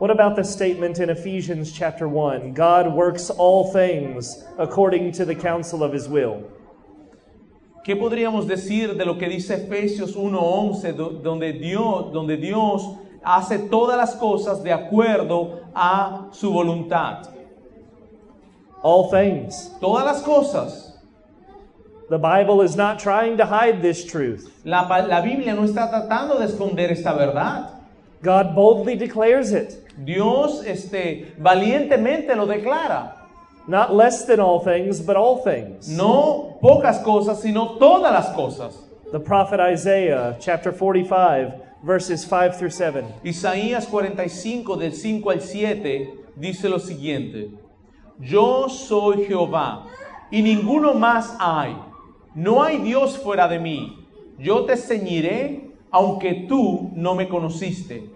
[SPEAKER 1] What about the statement in Ephesians chapter 1? God works all things according to the counsel of his will.
[SPEAKER 2] ¿Qué podríamos decir de lo que dice Efesios 1:11, do- donde Dios, donde Dios hace todas las cosas de acuerdo a su voluntad?
[SPEAKER 1] All things.
[SPEAKER 2] Todas las cosas.
[SPEAKER 1] The Bible is not trying to hide this truth.
[SPEAKER 2] La, pa- la Biblia no está tratando de esconder esta verdad.
[SPEAKER 1] God boldly declares it.
[SPEAKER 2] Dios este, valientemente lo declara.
[SPEAKER 1] Not less than all things, but all things.
[SPEAKER 2] No pocas cosas, sino todas las cosas.
[SPEAKER 1] The prophet Isaiah, chapter 45, verses 5 through 7.
[SPEAKER 2] Isaías 45 del 5 al 7 dice lo siguiente. Yo soy Jehová y ninguno más hay. No hay Dios fuera de mí. Yo te ceñiré aunque tú no me conociste,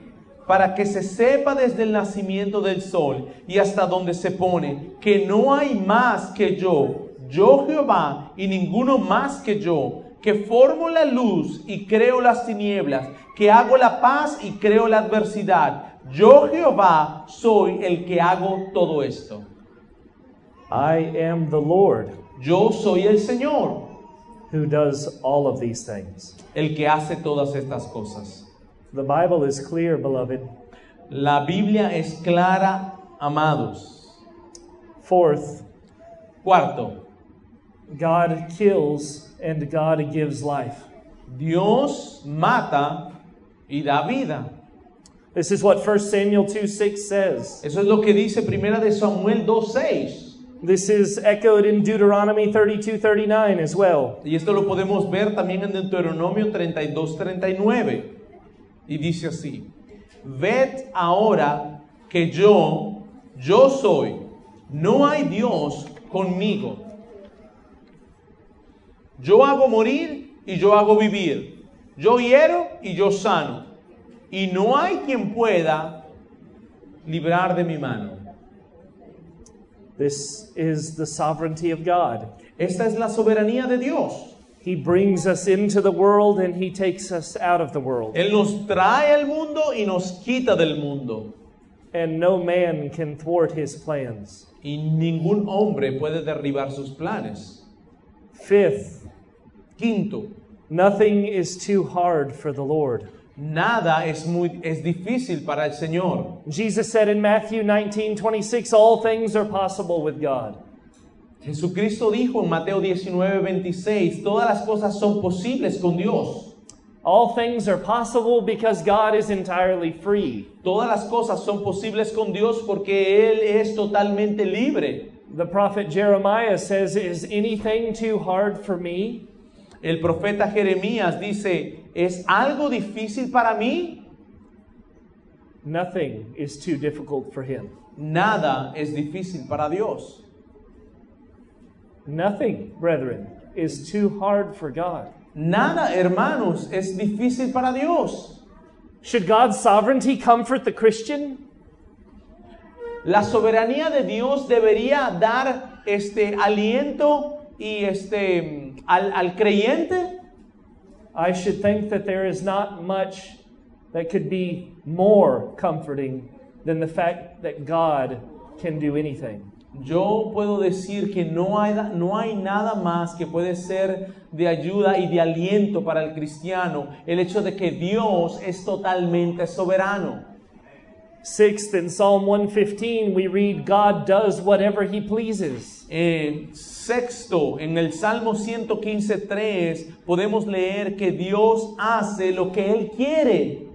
[SPEAKER 2] para que se sepa desde el nacimiento del sol y hasta donde se pone que no hay más que yo, yo Jehová y ninguno más que yo, que formo la luz y creo las tinieblas, que hago la paz y creo la adversidad. Yo Jehová soy el que hago todo esto.
[SPEAKER 1] I am the Lord
[SPEAKER 2] Yo soy el Señor,
[SPEAKER 1] who does all of these things.
[SPEAKER 2] el que hace todas estas cosas.
[SPEAKER 1] The Bible is clear, beloved.
[SPEAKER 2] La Biblia es clara, amados.
[SPEAKER 1] Fourth,
[SPEAKER 2] Cuarto,
[SPEAKER 1] God kills and God gives life.
[SPEAKER 2] Dios mata y da vida.
[SPEAKER 1] This is what 1 Samuel 2 6 says.
[SPEAKER 2] Eso es lo que dice Primera de Samuel 2:6.
[SPEAKER 1] This is echoed in Deuteronomy 32 39 as well.
[SPEAKER 2] Y esto lo podemos ver también en Deuteronomio 32, 39. Y dice así, ved ahora que yo, yo soy, no hay Dios conmigo. Yo hago morir y yo hago vivir. Yo hiero y yo sano. Y no hay quien pueda librar de mi mano.
[SPEAKER 1] This is the sovereignty of God.
[SPEAKER 2] Esta es la soberanía de Dios.
[SPEAKER 1] He brings us into the world and he takes us out of the world.
[SPEAKER 2] Él nos trae al mundo y nos quita del mundo.
[SPEAKER 1] and no man can thwart his plans.
[SPEAKER 2] Y ningún hombre puede derribar sus planes.
[SPEAKER 1] Fifth,
[SPEAKER 2] Quinto,
[SPEAKER 1] nothing is too hard for the Lord.
[SPEAKER 2] nada es, muy, es difícil para el Señor.
[SPEAKER 1] Jesus said in Matthew 19 26, all things are possible with God.
[SPEAKER 2] Jesucristo dijo en Mateo 19, 26, todas las cosas son posibles con Dios.
[SPEAKER 1] All things are possible because God is entirely free.
[SPEAKER 2] Todas las cosas son posibles con Dios porque Él es totalmente libre.
[SPEAKER 1] The prophet Jeremiah says, Is anything too hard for me?
[SPEAKER 2] El profeta Jeremías dice, ¿es algo difícil para mí?
[SPEAKER 1] Nothing is too difficult for him.
[SPEAKER 2] Nada es difícil para Dios.
[SPEAKER 1] Nothing, brethren, is too hard for God.
[SPEAKER 2] Nada, hermanos, es difícil para Dios.
[SPEAKER 1] Should God's sovereignty comfort the Christian?
[SPEAKER 2] La soberanía de Dios debería dar este aliento y este al, al creyente.
[SPEAKER 1] I should think that there is not much that could be more comforting than the fact that God can do anything.
[SPEAKER 2] Yo puedo decir que no hay, no hay nada más que puede ser de ayuda y de aliento para el cristiano el hecho de que Dios es totalmente soberano.
[SPEAKER 1] Sixth, in Psalm 115, we read, God does whatever he pleases.
[SPEAKER 2] Eh, sexto, en el Salmo 115.3 podemos leer que Dios hace lo que Él quiere.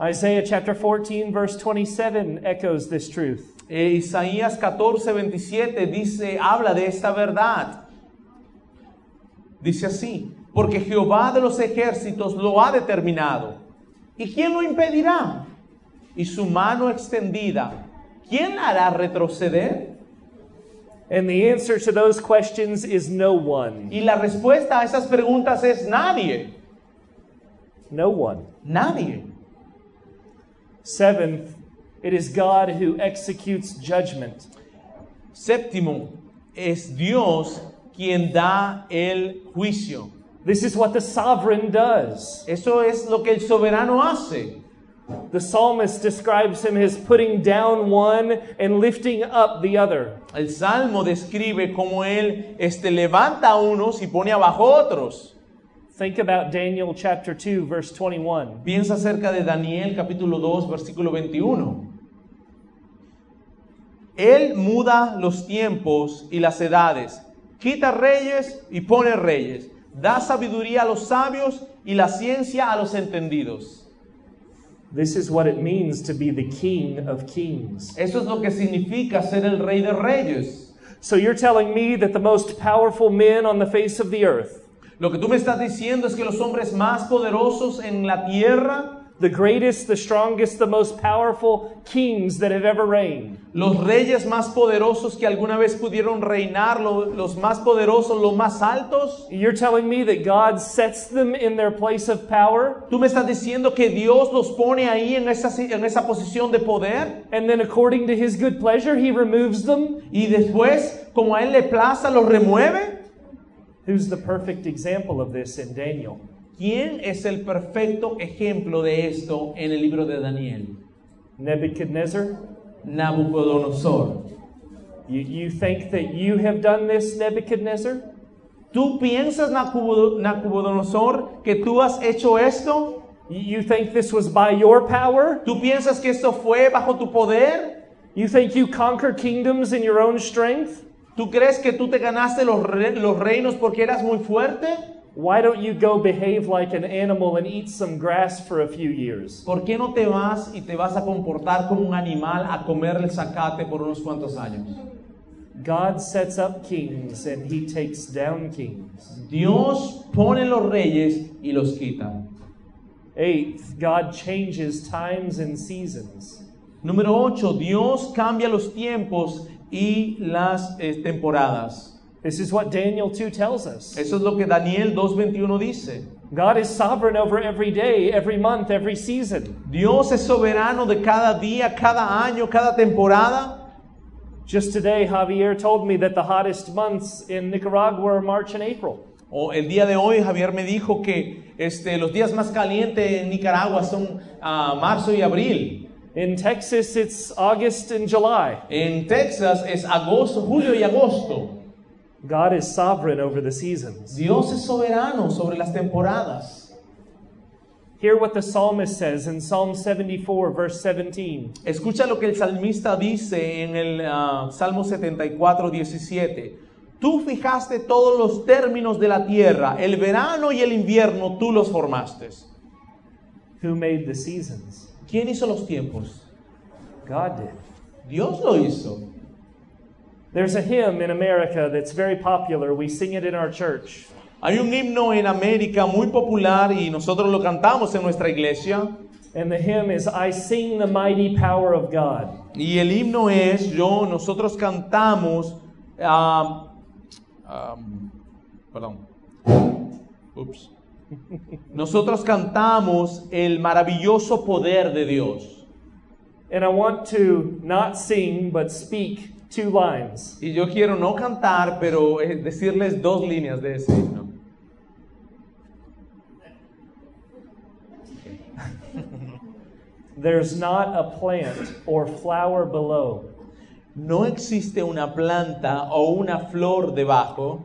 [SPEAKER 1] Isaiah chapter 14, verse 27 echoes this truth.
[SPEAKER 2] Eh, Isaías 14, 27 dice, habla de esta verdad. Dice así, porque Jehová de los ejércitos lo ha determinado. ¿Y quién lo impedirá? Y su mano extendida, ¿quién la hará retroceder?
[SPEAKER 1] And the answer to those questions is no one.
[SPEAKER 2] Y la respuesta a esas preguntas es nadie,
[SPEAKER 1] No one.
[SPEAKER 2] nadie.
[SPEAKER 1] Seventh, it is God who executes judgment.
[SPEAKER 2] Séptimo, es Dios quien da el juicio.
[SPEAKER 1] This is what the sovereign does.
[SPEAKER 2] Eso es lo que el soberano hace.
[SPEAKER 1] The psalmist describes him as putting down one and lifting up the other.
[SPEAKER 2] El Salmo describe cómo él este, levanta a unos y pone abajo a otros.
[SPEAKER 1] Think about Daniel chapter 2, verse 21.
[SPEAKER 2] Piensa acerca de Daniel capítulo 2, versículo 21. Él muda los tiempos y las edades, quita reyes y pone reyes, da sabiduría a los sabios y la ciencia a los entendidos.
[SPEAKER 1] This is what it means to be the king of kings.
[SPEAKER 2] Eso es lo que significa ser el rey de reyes.
[SPEAKER 1] So you're telling me that the most powerful men on the face of the earth,
[SPEAKER 2] Lo que tú me estás diciendo es que los hombres más poderosos en la tierra
[SPEAKER 1] the greatest, the strongest, the most powerful kings that have ever reigned,
[SPEAKER 2] Los reyes más poderosos que alguna vez pudieron reinar, lo- los más poderosos, los más altos.
[SPEAKER 1] you're telling me that God sets them in their place of power,
[SPEAKER 2] Tú me estás diciendo que Dios los pone ahí en esa, si- en esa posición de poder
[SPEAKER 1] and then according to his good pleasure, he removes them?
[SPEAKER 2] y después, como a Él le plaza, los remueve.
[SPEAKER 1] Who's the perfect example of this in Daniel?
[SPEAKER 2] ¿Quién es el perfecto ejemplo de esto en el libro de Daniel?
[SPEAKER 1] Nebuchadnezzar?
[SPEAKER 2] Nabucodonosor.
[SPEAKER 1] You, you think that you have done this, Nebuchadnezzar?
[SPEAKER 2] ¿Tú piensas, Nacubo- Nabucodonosor, que tú has hecho esto?
[SPEAKER 1] You you think this was by your power?
[SPEAKER 2] ¿Tú piensas que esto fue bajo tu poder?
[SPEAKER 1] You think you conquer kingdoms in your own strength?
[SPEAKER 2] ¿Tú crees que tú te ganaste los, re- los reinos porque eras muy fuerte?
[SPEAKER 1] Why don't you go behave like an animal and eat some grass for a few years?
[SPEAKER 2] ¿Por qué no te vas y te vas a comportar como un animal a comer el zacate por unos cuantos años?
[SPEAKER 1] God sets up kings and he takes down kings.
[SPEAKER 2] Dios pone los reyes y los quita.
[SPEAKER 1] Eighth, God changes times and seasons.
[SPEAKER 2] Número 8. Dios cambia los tiempos y las eh, temporadas.
[SPEAKER 1] This is what Daniel 2 tells us.
[SPEAKER 2] Eso es lo que Daniel 2.21 dice.
[SPEAKER 1] God is sovereign over every day, every month, every season.
[SPEAKER 2] Dios es soberano de cada día, cada año, cada temporada.
[SPEAKER 1] Just today, Javier told me that the hottest months in Nicaragua are March and April.
[SPEAKER 2] O el día de hoy Javier me dijo que este, los días más calientes en Nicaragua son ah, marzo y abril.
[SPEAKER 1] In Texas, it's August and July.
[SPEAKER 2] En Texas es agosto, julio y agosto.
[SPEAKER 1] God is sovereign over the seasons.
[SPEAKER 2] Dios es soberano sobre las temporadas.
[SPEAKER 1] Hear what the psalmist says in Psalm 74, verse 17.
[SPEAKER 2] Escucha lo que el salmista dice en el ah, Salmo 74, 17. Tú fijaste todos los términos de la tierra, el verano y el invierno, tú los formaste.
[SPEAKER 1] Who made the seasons?
[SPEAKER 2] ¿Quién hizo los tiempos?
[SPEAKER 1] God did.
[SPEAKER 2] Dios lo hizo.
[SPEAKER 1] There's a hymn in America that's very popular. We sing it in our church.
[SPEAKER 2] Hay un himno en América muy popular y nosotros lo cantamos en nuestra iglesia.
[SPEAKER 1] And the hymn is I sing the mighty power of God.
[SPEAKER 2] Y el himno es, yo, nosotros cantamos, ah, ah, perdón, Ups. nosotros cantamos el maravilloso poder de Dios.
[SPEAKER 1] And I want to not sing, but speak two lines.
[SPEAKER 2] Y yo quiero no cantar, pero eh, decirles dos líneas de ese himno.
[SPEAKER 1] There's not a plant or flower below,
[SPEAKER 2] No existe una planta o una flor debajo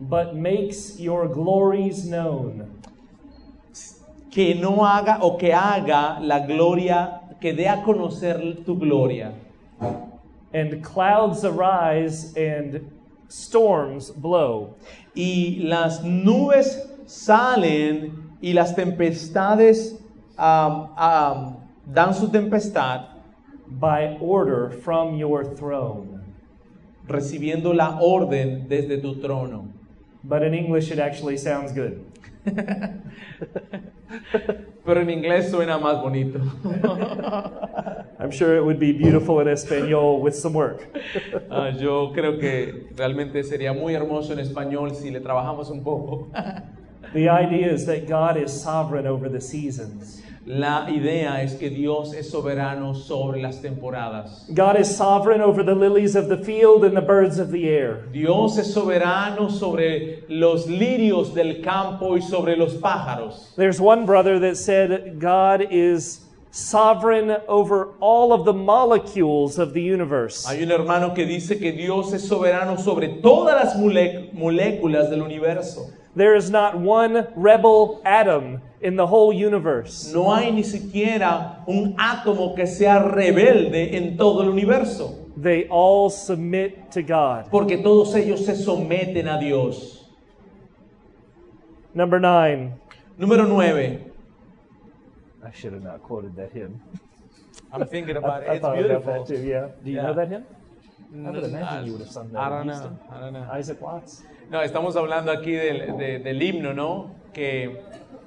[SPEAKER 1] but makes your glories known.
[SPEAKER 2] que no haga o que haga la gloria, que dé a conocer tu gloria.
[SPEAKER 1] And clouds arise and storms blow.
[SPEAKER 2] Y las nubes salen y las tempestades am, am, dan su tempestad
[SPEAKER 1] by order from your throne.
[SPEAKER 2] recibiendo la orden desde tu trono.
[SPEAKER 1] But in English, it actually sounds good.
[SPEAKER 2] Pero en inglés suena más bonito.
[SPEAKER 1] I'm sure it would be beautiful in Espanol with some work.
[SPEAKER 2] Ah, yo creo que realmente sería muy hermoso en español si le trabajamos un poco.
[SPEAKER 1] The idea is that God is sovereign over the seasons.
[SPEAKER 2] La idea es que Dios es soberano sobre las temporadas.
[SPEAKER 1] God is sovereign over the lilies of the field and the birds of the air.
[SPEAKER 2] Dios es soberano sobre los lirios del campo y sobre los pájaros.
[SPEAKER 1] There's one brother that said, God is sovereign over all of the molecules of the universe.
[SPEAKER 2] Hay un hermano que dice que Dios es soberano sobre todas las mole- moléculas del universo.
[SPEAKER 1] There is not one rebel atom in the whole universe.
[SPEAKER 2] No hay ni siquiera un átomo que sea rebelde en todo el universo,
[SPEAKER 1] They all submit to God.
[SPEAKER 2] porque todos ellos se someten a Dios.
[SPEAKER 1] Number nine,
[SPEAKER 2] Número 9.
[SPEAKER 5] I should have not quoted that hymn.
[SPEAKER 4] I'm thinking
[SPEAKER 5] I,
[SPEAKER 4] about it.
[SPEAKER 5] I
[SPEAKER 4] It's
[SPEAKER 5] thought
[SPEAKER 4] beautiful.
[SPEAKER 5] about that too. Yeah. Do you
[SPEAKER 4] Yeah.
[SPEAKER 5] know that hymn? I
[SPEAKER 4] No,
[SPEAKER 5] would imagine
[SPEAKER 4] I-
[SPEAKER 5] you would have sung that.
[SPEAKER 4] I
[SPEAKER 5] in
[SPEAKER 4] don't know.
[SPEAKER 5] Houston.
[SPEAKER 4] I don't know.
[SPEAKER 5] Isaac Watts.
[SPEAKER 4] No, estamos hablando aquí del, de- del himno, ¿no? Que,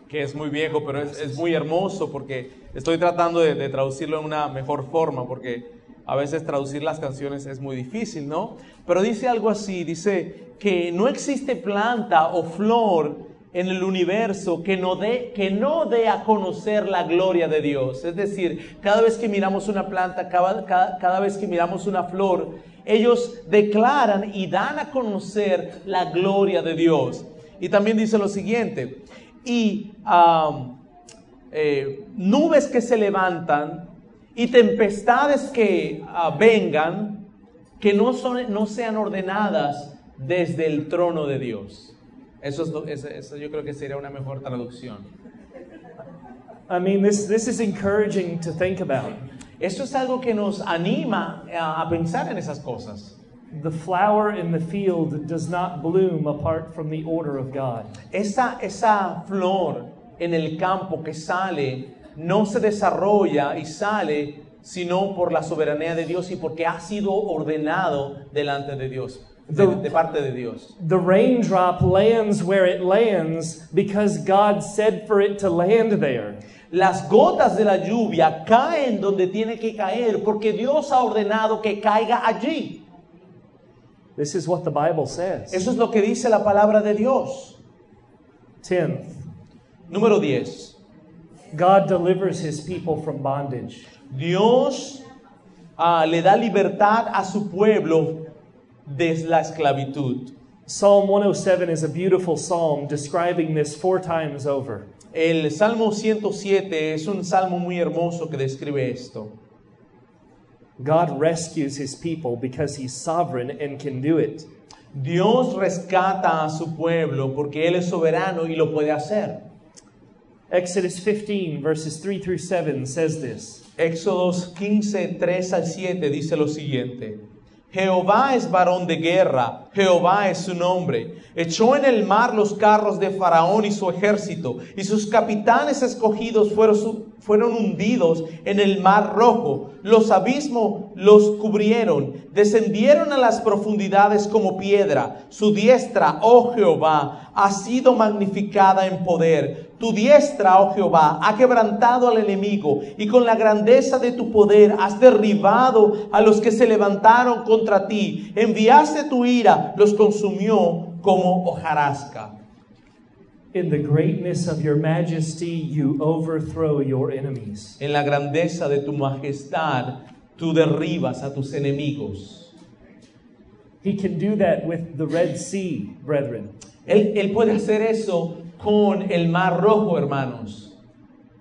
[SPEAKER 4] que es muy viejo, pero es, es muy hermoso porque estoy tratando de, de traducirlo en una mejor forma, porque a veces traducir las canciones es muy difícil, ¿no?
[SPEAKER 2] Pero dice algo así, dice que no existe planta o flor en el universo que no, dé, que no dé a conocer la gloria de Dios. Es decir, cada vez que miramos una planta, cada, cada- cada vez que miramos una flor, ellos declaran y dan a conocer la gloria de Dios. Y también dice lo siguiente, y am, eh, nubes que se levantan y tempestades que ah, vengan, que no, son, no sean ordenadas desde el trono de Dios. Eso, es lo- eso- eso yo creo que sería una mejor traducción.
[SPEAKER 1] I mean, this, this is encouraging to think about.
[SPEAKER 2] Esto es algo que nos anima ah, a, a pensar en esas cosas.
[SPEAKER 1] The flower in the field does not bloom apart from the order of God.
[SPEAKER 2] Esa, esa flor en el campo que sale no se desarrolla y sale sino por la soberanía de Dios y porque ha sido ordenado delante de Dios, de-
[SPEAKER 1] The-
[SPEAKER 2] de parte de Dios.
[SPEAKER 1] The raindrop lands where it lands because God said for it to land there.
[SPEAKER 2] Las gotas de la lluvia caen donde tiene que caer porque Dios ha ordenado que caiga allí.
[SPEAKER 1] This is what the Bible says.
[SPEAKER 2] Eso es lo que dice la palabra de Dios.
[SPEAKER 1] Tenth,
[SPEAKER 2] Número 10.
[SPEAKER 1] God delivers his people from bondage.
[SPEAKER 2] Dios ah, le da libertad a su pueblo de la esclavitud.
[SPEAKER 1] Psalm 107 is a beautiful psalm describing this four times over.
[SPEAKER 2] El Salmo 107 es un salmo muy hermoso que describe esto.
[SPEAKER 1] God rescues his people because he's sovereign and can do it.
[SPEAKER 2] Dios rescata a su pueblo porque Él es soberano y lo puede hacer.
[SPEAKER 1] Exodus 15, verses 3 through 7 says this
[SPEAKER 2] Éxodos 15, 3 al 7 dice lo siguiente. Jehová es varón de guerra, Jehová es su nombre. Echó en el mar los carros de Faraón y su ejército, y sus capitanes escogidos fueron, su- fueron hundidos en el mar rojo. Los abismos los cubrieron, descendieron a las profundidades como piedra. Su diestra, oh Jehová, ha sido magnificada en poder. Tu diestra, oh Jehová, ha quebrantado al enemigo y con la grandeza de tu poder has derribado a los que se levantaron contra ti. Enviaste tu ira, los consumió como hojarasca.
[SPEAKER 1] In the greatness of your majesty, you overthrow your enemies.
[SPEAKER 2] En la grandeza de tu majestad, tú derribas a tus enemigos.
[SPEAKER 1] He can do that with the Red Sea, brethren.
[SPEAKER 2] Él, él puede hacer eso con el mar rojo, hermanos.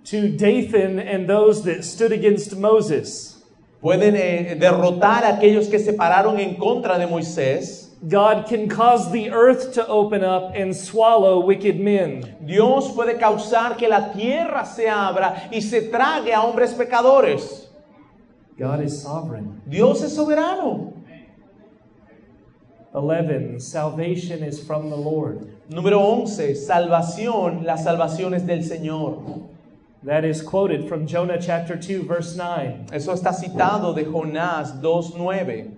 [SPEAKER 1] to Dathan and those that stood against Moses.
[SPEAKER 2] Pueden eh, derrotar a aquellos que se pararon en contra de Moisés.
[SPEAKER 1] God can cause the earth to open up and swallow wicked men.
[SPEAKER 2] Dios puede causar que la tierra se abra y se trague a hombres pecadores.
[SPEAKER 1] God is sovereign.
[SPEAKER 2] Dios es soberano.
[SPEAKER 1] 11. Salvation is from the Lord.
[SPEAKER 2] Número 11, salvación, la salvación es del Señor.
[SPEAKER 1] That is quoted from Jonah chapter 2, verse 9.
[SPEAKER 2] Eso está citado de Jonás 2.9.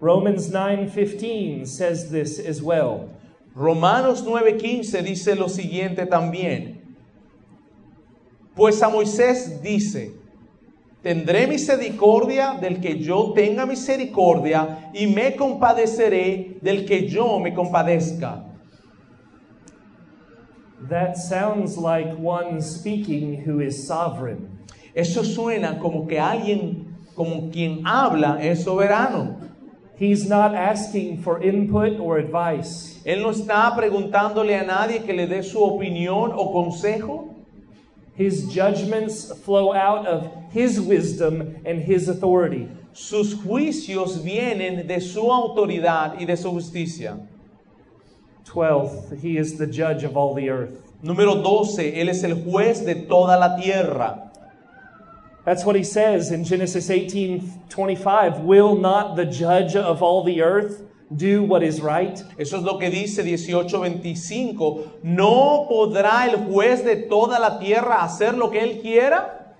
[SPEAKER 1] Romans 9:15 says this as well.
[SPEAKER 2] Romanos 9:15 dice lo siguiente también. Pues a Moisés dice, tendré misericordia del que yo tenga misericordia y me compadeceré del que yo me compadezca.
[SPEAKER 1] That sounds like one speaking who is sovereign.
[SPEAKER 2] Eso suena como que alguien, como quien habla, es soberano.
[SPEAKER 1] He's not asking for input or advice.
[SPEAKER 2] Él no está preguntándole a nadie que le dé su opinión o consejo.
[SPEAKER 1] His judgments flow out of his wisdom and his authority.
[SPEAKER 2] Sus juicios vienen de su autoridad y de su justicia.
[SPEAKER 1] 12th, he is the judge of all the earth.
[SPEAKER 2] Número 12, Él es el juez de toda la tierra.
[SPEAKER 1] That's what he says in Genesis 18:25, will not the judge of all the earth do what is right?
[SPEAKER 2] Eso es lo que dice 18:25. ¿No podrá el juez de toda la tierra hacer lo que Él quiera?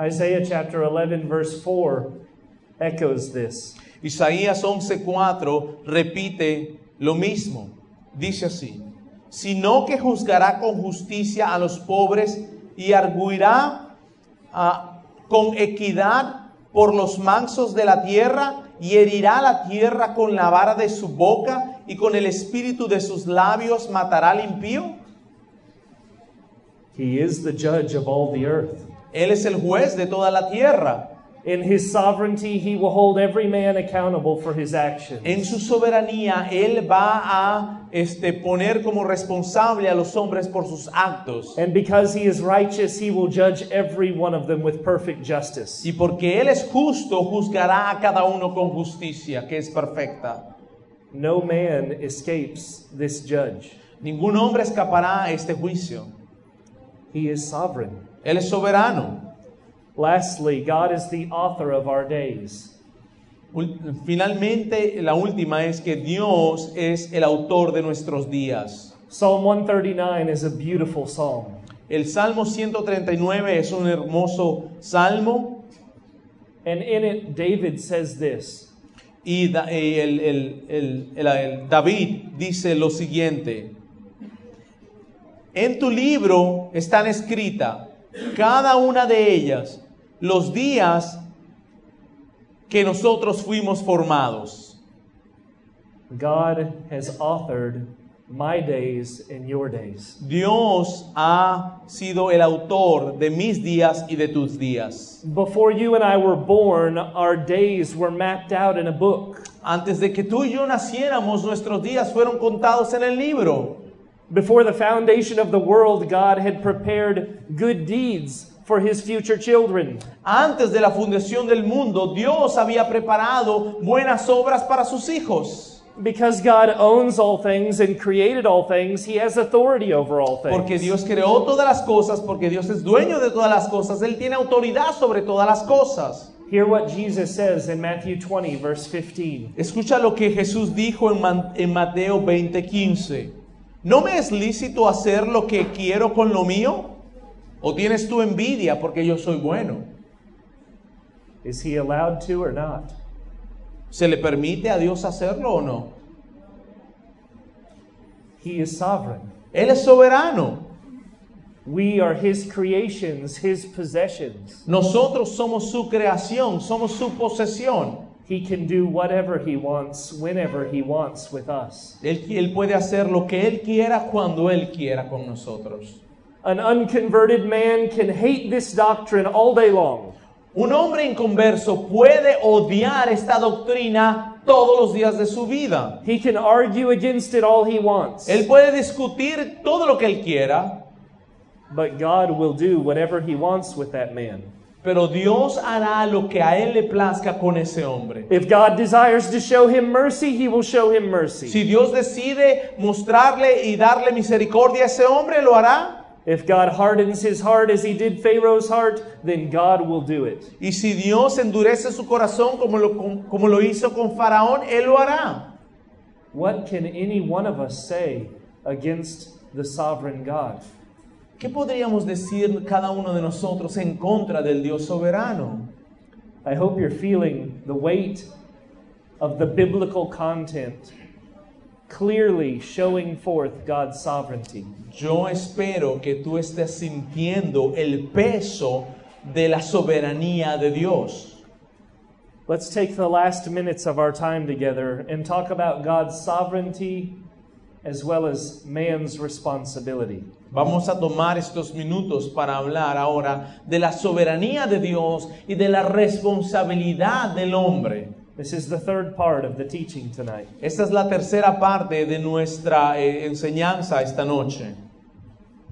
[SPEAKER 1] Isaiah chapter 11 verse 4 echoes this.
[SPEAKER 2] Isaías 11:4 repite lo mismo. Dice así, sino que juzgará con justicia a los pobres y arguirá ah, con equidad por los mansos de la tierra y herirá la tierra con la vara de su boca y con el espíritu de sus labios matará al impío.
[SPEAKER 1] He is the judge of all the earth.
[SPEAKER 2] Él es el juez de toda la tierra.
[SPEAKER 1] In his sovereignty, he will hold every man accountable for his actions.
[SPEAKER 2] En su soberanía, Él va a este, poner como responsable a los hombres por sus actos.
[SPEAKER 1] And because he is righteous, he will judge every one of them with perfect justice.
[SPEAKER 2] Y porque Él es justo, juzgará a cada uno con justicia, que es perfecta.
[SPEAKER 1] No man escapes this judge.
[SPEAKER 2] Ningún hombre escapará a este juicio.
[SPEAKER 1] He is sovereign.
[SPEAKER 2] Él es soberano.
[SPEAKER 1] Lastly, God is the author of our days.
[SPEAKER 2] Ul- Finalmente, la última es que Dios es el autor de nuestros días.
[SPEAKER 1] Psalm 139 is a beautiful psalm,
[SPEAKER 2] El Salmo 139 es un hermoso salmo.
[SPEAKER 1] and in it, David says this
[SPEAKER 2] Y Da- eh, el, el- el- el- el David dice lo siguiente, en tu libro están escritas cada una de ellas los días que nosotros fuimos formados.
[SPEAKER 1] God has authored my days and your days.
[SPEAKER 2] Dios ha sido el autor de mis días y de tus días.
[SPEAKER 1] Before you and I were born, our days were mapped out in a book.
[SPEAKER 2] Antes de que tú y yo naciéramos, nuestros días fueron contados en el libro.
[SPEAKER 1] Before the foundation of the world, God had prepared good deeds for his future children.
[SPEAKER 2] Antes de la fundación del mundo, Dios había preparado buenas obras para sus hijos.
[SPEAKER 1] Because God owns all things and created all things, he has authority over all things.
[SPEAKER 2] Porque Dios creó todas las cosas, porque Dios es dueño de todas las cosas, Él tiene autoridad sobre todas las cosas.
[SPEAKER 1] Hear what Jesus says in Matthew 20, verse 15.
[SPEAKER 2] Escucha lo que Jesús dijo en, Man- en Mateo 20:15. ¿No me es lícito hacer lo que quiero con lo mío? ¿O tienes tú envidia porque yo soy bueno?
[SPEAKER 1] Is he allowed to or not?
[SPEAKER 2] ¿Se le permite a Dios hacerlo o no?
[SPEAKER 1] He is sovereign.
[SPEAKER 2] Él es soberano.
[SPEAKER 1] We are his creations, his possessions.
[SPEAKER 2] Nosotros somos su creación, somos su posesión.
[SPEAKER 1] He can do whatever he wants, whenever he wants with us.
[SPEAKER 2] Él, él puede hacer lo que Él quiera cuando Él quiera con nosotros.
[SPEAKER 1] An unconverted man can hate this doctrine all day long.
[SPEAKER 2] Un hombre inconverso puede odiar esta doctrina todos los días de su vida.
[SPEAKER 1] He can argue against it all he wants.
[SPEAKER 2] Él puede discutir todo lo que Él quiera,
[SPEAKER 1] but God will do whatever he wants with that man.
[SPEAKER 2] Pero Dios hará lo que a Él le plazca con ese hombre.
[SPEAKER 1] If God desires to show him mercy, he will show him mercy.
[SPEAKER 2] Si Dios decide mostrarle y darle misericordia a ese hombre, lo hará.
[SPEAKER 1] if God hardens his heart as he did Pharaoh's heart, then God will do it.
[SPEAKER 2] Y si Dios endurece su corazón como lo, como lo hizo con Faraón, Él lo hará.
[SPEAKER 1] What can any one of us say against the sovereign God?
[SPEAKER 2] ¿Qué podríamos decir cada uno de nosotros en contra del Dios soberano?
[SPEAKER 1] I hope you're feeling the weight of the biblical content clearly showing forth God's sovereignty.
[SPEAKER 2] Yo espero que tú estés sintiendo el peso de la soberanía de Dios.
[SPEAKER 1] Let's take the last minutes of our time together and talk about God's sovereignty as well as man's responsibility.
[SPEAKER 2] Vamos a tomar estos minutos para hablar ahora de la soberanía de Dios y de la responsabilidad del hombre.
[SPEAKER 1] This is the third part of the teaching tonight.
[SPEAKER 2] Esta es la tercera parte de nuestra eh, enseñanza esta noche.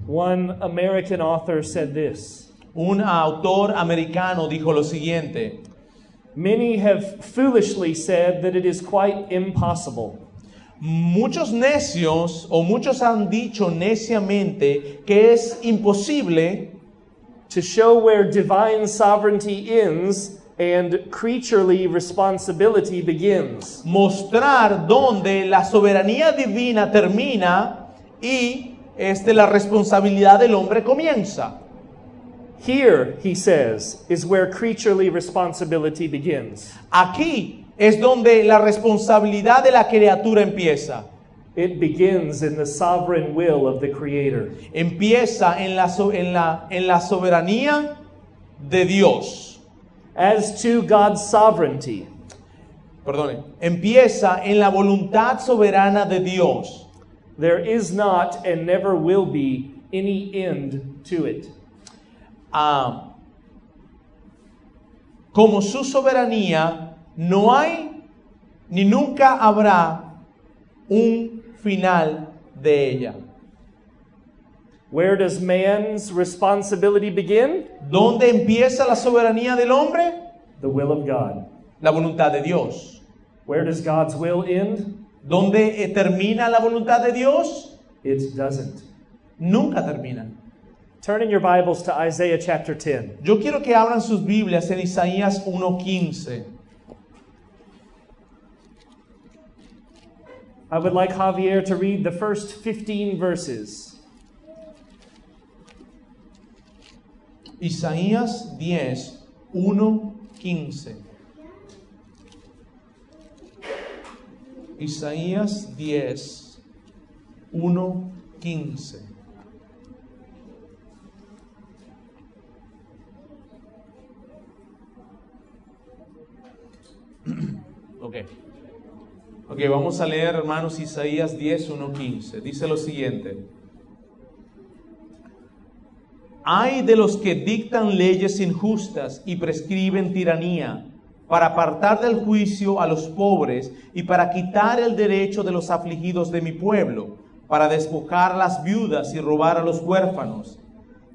[SPEAKER 1] One American author said this
[SPEAKER 2] Un autor americano dijo lo siguiente,
[SPEAKER 1] Many have foolishly said that it is quite impossible
[SPEAKER 2] muchos necios o muchos han dicho neciamente que es imposible
[SPEAKER 1] to show where divine sovereignty ends and creaturely responsibility begins.
[SPEAKER 2] mostrar dónde la soberanía divina termina y este, la responsabilidad del hombre comienza.
[SPEAKER 1] Here, he says, is where creaturely responsibility begins.
[SPEAKER 2] Aquí es donde la responsabilidad de la criatura empieza.
[SPEAKER 1] It begins in the sovereign will of the Creator.
[SPEAKER 2] Empieza en la, so- en la- en la soberanía de Dios.
[SPEAKER 1] As to God's sovereignty,
[SPEAKER 2] Perdone. Empieza en la voluntad soberana de Dios.
[SPEAKER 1] there is not and never will be any end to it.
[SPEAKER 2] Ah, como su soberanía, no hay ni nunca habrá un final de ella.
[SPEAKER 1] Where does man's responsibility begin?
[SPEAKER 2] ¿Dónde empieza la soberanía del hombre?
[SPEAKER 1] The will of God.
[SPEAKER 2] La voluntad de Dios.
[SPEAKER 1] Where does God's will end?
[SPEAKER 2] ¿Dónde eh, termina la voluntad de Dios?
[SPEAKER 1] It doesn't.
[SPEAKER 2] Nunca termina.
[SPEAKER 1] Turn in your Bibles to Isaiah chapter 10.
[SPEAKER 2] Yo quiero que abran sus Biblias en Isaías 1.15.
[SPEAKER 1] I would like Javier to read the first 15 verses.
[SPEAKER 2] Isaías 10, 1.15. Isaías 10, 1.15. Ok. Ok, vamos a leer, hermanos, Isaías 10, 1.15. Dice lo siguiente. Ay de los que dictan leyes injustas y prescriben tiranía, para apartar del juicio a los pobres y para quitar el derecho de los afligidos de mi pueblo, para despojar a las viudas y robar a los huérfanos.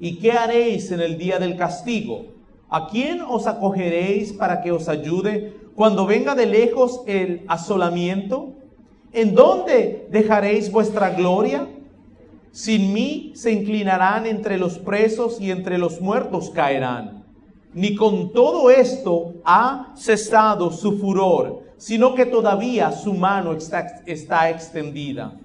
[SPEAKER 2] ¿Y qué haréis en el día del castigo? ¿A quién os acogeréis para que os ayude cuando venga de lejos el asolamiento? ¿En dónde dejaréis vuestra gloria? Sin mí se inclinarán entre los presos y entre los muertos caerán. Ni con todo esto ha cesado su furor, sino que todavía su mano está, está extendida.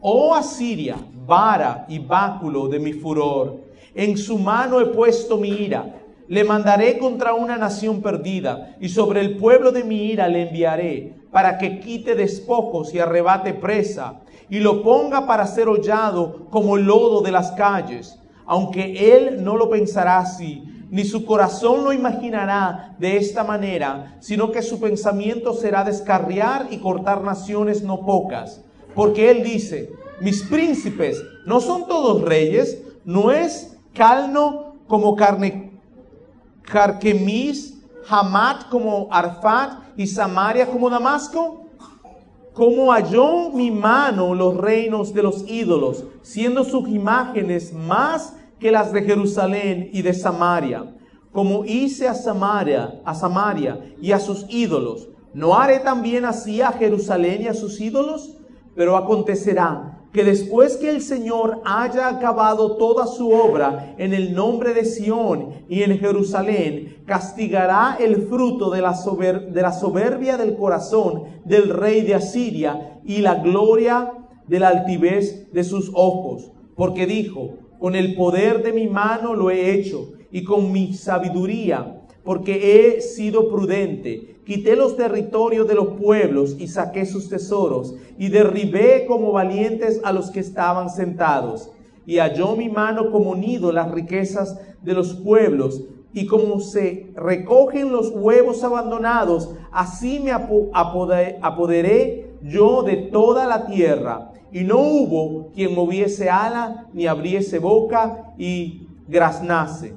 [SPEAKER 2] Oh Asiria, vara y báculo de mi furor, en su mano he puesto mi ira. Le mandaré contra una nación perdida, y sobre el pueblo de mi ira le enviaré, para que quite despojos y arrebate presa, y lo ponga para ser hollado como lodo de las calles. Aunque él no lo pensará así, ni su corazón lo imaginará de esta manera, sino que su pensamiento será descarriar y cortar naciones no pocas. Porque él dice, mis príncipes no son todos reyes, no es Calno como carne, Carquemis, Hamat como Arfat y Samaria como Damasco. Como halló mi mano los reinos de los ídolos, siendo sus imágenes más que las de Jerusalén y de Samaria, como hice a Samaria, a Samaria y a sus ídolos. ¿No haré también así a Jerusalén y a sus ídolos? Pero acontecerá que después que el Señor haya acabado toda su obra en el nombre de Sión y en Jerusalén, castigará el fruto de la, sober- de la soberbia del corazón del rey de Asiria y la gloria de la altivez de sus ojos. Porque dijo, con el poder de mi mano lo he hecho y con mi sabiduría porque he sido prudente. Quité los territorios de los pueblos y saqué sus tesoros, y derribé como valientes a los que estaban sentados. Y halló mi mano como nido las riquezas de los pueblos, y como se recogen los huevos abandonados, así me apo- apode- apoderé yo de toda la tierra. Y no hubo quien moviese ala, ni abriese boca, y graznase.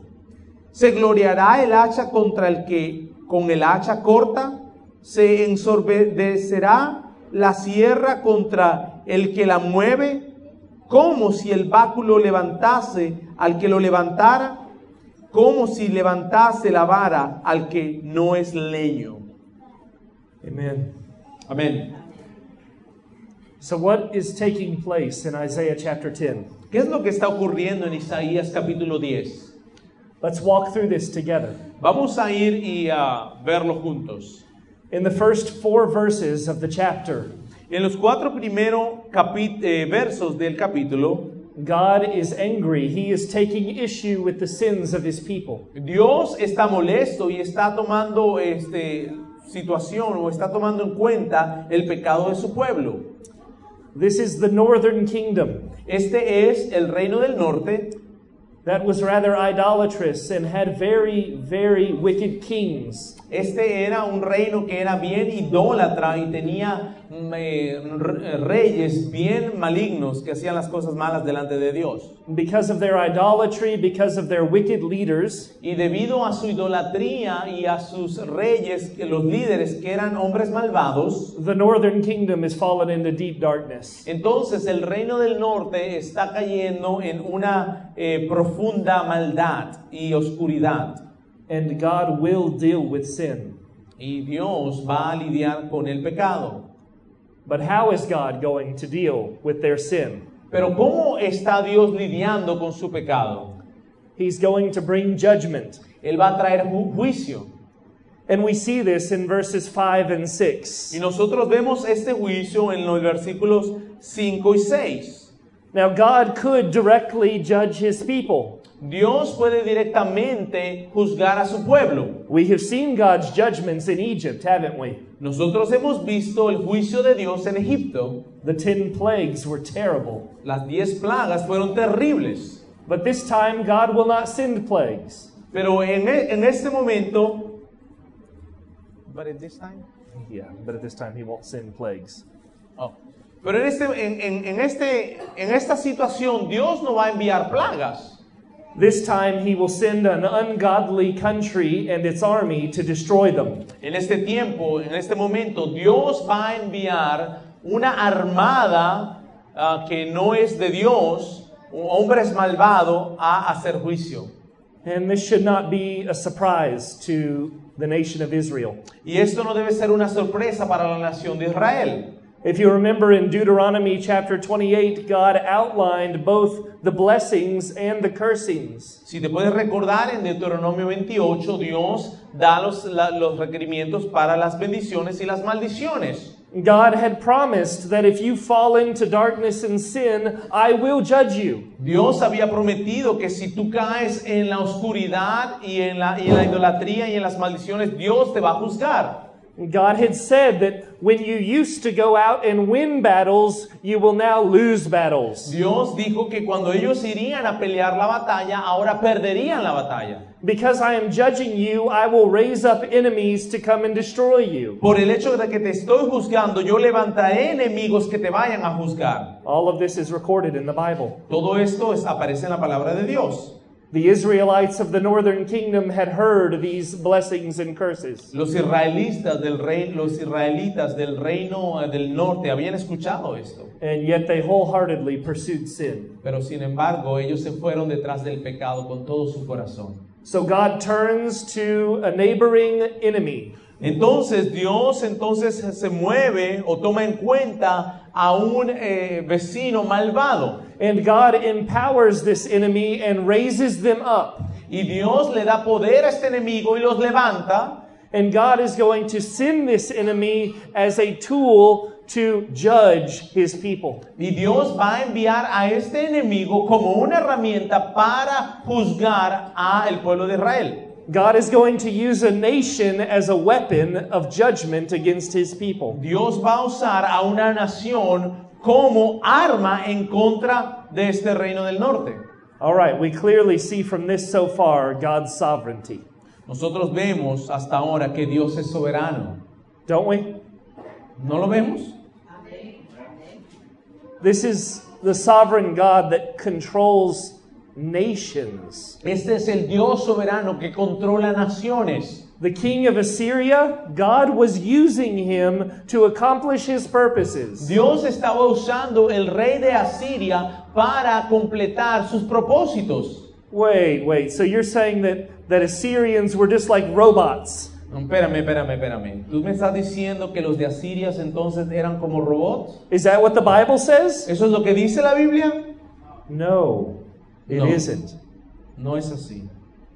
[SPEAKER 2] ¿Se gloriará el hacha contra el que con el hacha corta? ¿Se ensorbecerá la sierra contra el que la mueve? Como si el báculo levantase al que lo levantara, como si levantase la vara al que no es leño.
[SPEAKER 1] Amen.
[SPEAKER 4] Amén.
[SPEAKER 1] So, what is taking place in Isaiah chapter 10?
[SPEAKER 2] ¿Qué es lo que está ocurriendo en Isaías capítulo 10?
[SPEAKER 1] Let's walk through this together.
[SPEAKER 2] Vamos a ir y a verlo juntos.
[SPEAKER 1] In the first four verses of the chapter,
[SPEAKER 2] En los cuatro primeros capi- eh, versos del capítulo,
[SPEAKER 1] God is angry. He is taking issue with the sins of his people.
[SPEAKER 2] Dios está molesto y está tomando este situación o está tomando en cuenta el pecado de su pueblo.
[SPEAKER 1] This is the northern kingdom
[SPEAKER 2] Este es el reino del norte
[SPEAKER 1] that was rather idolatrous and had very, very wicked kings.
[SPEAKER 2] Este era un reino que era bien idólatra y tenía mm, eh, re- reyes bien malignos que hacían las cosas malas delante de Dios.
[SPEAKER 1] Because of their idolatry, because of their wicked leaders,
[SPEAKER 2] Y debido a su idolatría y a sus reyes, que los líderes que eran hombres malvados,
[SPEAKER 1] the northern kingdom has fallen into deep darkness.
[SPEAKER 2] entonces el reino del norte está cayendo en una eh, profunda maldad y oscuridad.
[SPEAKER 1] And God will deal with sin.
[SPEAKER 2] Y Dios va a lidiar con el pecado.
[SPEAKER 1] But how is God going to deal with their sin?
[SPEAKER 2] Pero ¿cómo está Dios lidiando con su pecado?
[SPEAKER 1] He's going to bring judgment.
[SPEAKER 2] Él va a traer ju- juicio.
[SPEAKER 1] And we see this in verses 5 and 6.
[SPEAKER 2] Y nosotros vemos este juicio en los versículos 5 y 6.
[SPEAKER 1] Now, God could directly judge his people.
[SPEAKER 2] Dios puede directamente juzgar a su pueblo.
[SPEAKER 1] We have seen God's judgments in Egypt, haven't we?
[SPEAKER 2] Nosotros hemos visto el juicio de Dios en Egipto.
[SPEAKER 1] The ten plagues were terrible.
[SPEAKER 2] Las diez plagas fueron terribles.
[SPEAKER 1] But this time, God will not send plagues.
[SPEAKER 2] Pero en, e- en este momento...
[SPEAKER 1] Yeah, but at this time, he won't send plagues.
[SPEAKER 2] Oh. Pero en, este, en- en- en este, en esta situación Dios no va a enviar plagas.
[SPEAKER 1] This time, he will send an ungodly country and its army to destroy them.
[SPEAKER 2] En este tiempo, en este momento, Dios va a enviar una armada ah, que no es de Dios, un hombre es malvado, a hacer juicio.
[SPEAKER 1] And this should not be a surprise to the nation of Israel.
[SPEAKER 2] Y esto no debe ser una sorpresa para la nación de Israel.
[SPEAKER 1] If you remember in Deuteronomy chapter 28, God outlined both the blessings and the cursings.
[SPEAKER 2] Si te puedes recordar, en Deuteronomio 28, Dios da los, la- los requerimientos para las bendiciones y las maldiciones.
[SPEAKER 1] God had promised that if you fall into darkness and sin, I will judge you.
[SPEAKER 2] Dios había prometido que si tú caes en la oscuridad y en la- y en la idolatría y en las maldiciones, Dios te va a juzgar.
[SPEAKER 1] God had said that when you used to go out and win battles, you will now lose battles
[SPEAKER 2] Dios dijo que cuando ellos irían a pelear la batalla, ahora perderían la batalla.
[SPEAKER 1] because I am judging you. I will raise up enemies to come and destroy you.
[SPEAKER 2] Por el hecho de que te estoy juzgando, yo levantaré enemigos que te vayan a juzgar.
[SPEAKER 1] All of this is recorded in the Bible.
[SPEAKER 2] Todo esto es- aparece en la palabra de Dios.
[SPEAKER 1] The Israelites of the northern kingdom had heard these blessings and curses.
[SPEAKER 2] Los israelitas del, rey, los israelitas del reino eh, del norte habían escuchado esto,
[SPEAKER 1] And yet they wholeheartedly pursued sin.
[SPEAKER 2] pero sin embargo ellos se fueron detrás del pecado con todo su corazón.
[SPEAKER 1] So God turns to a neighboring enemy
[SPEAKER 2] Entonces Dios entonces se mueve o toma en cuenta a un eh, vecino malvado
[SPEAKER 1] And God empowers this enemy and raises them up.
[SPEAKER 2] y Dios le da poder a este enemigo y los levanta
[SPEAKER 1] And God is going to send this enemy as a tool to judge his people.
[SPEAKER 2] y Dios va a enviar a este enemigo como una herramienta para juzgar a el pueblo de Israel.
[SPEAKER 1] God is going to use a nation as a weapon of judgment against his people.
[SPEAKER 2] Dios va a usar a una nación como arma en contra de este reino del norte.
[SPEAKER 1] All right, we clearly see from this so far God's sovereignty,
[SPEAKER 2] Nosotros vemos hasta ahora que Dios es soberano.
[SPEAKER 1] don't we?
[SPEAKER 2] ¿No lo vemos?
[SPEAKER 1] This is the sovereign God that controls nations.
[SPEAKER 2] Este es el Dios soberano que controla naciones.
[SPEAKER 1] The king of Assyria, God was using him to accomplish his purposes.
[SPEAKER 2] Dios estaba usando el rey de Asiria para completar sus propósitos.
[SPEAKER 1] Wait, wait. So you're saying that, that Assyrians were just like robots?
[SPEAKER 2] No, espérame, espérame, espérame. ¿Tú me estás diciendo que los de Asiria entonces eran como robots?
[SPEAKER 1] Is that what the Bible says?
[SPEAKER 2] ¿Eso es lo que dice la Biblia?
[SPEAKER 1] No, it
[SPEAKER 2] No.
[SPEAKER 1] not
[SPEAKER 2] No es así.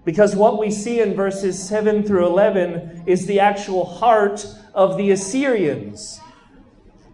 [SPEAKER 1] Because what we see in verses 7 through 11 is the actual heart of the Assyrians.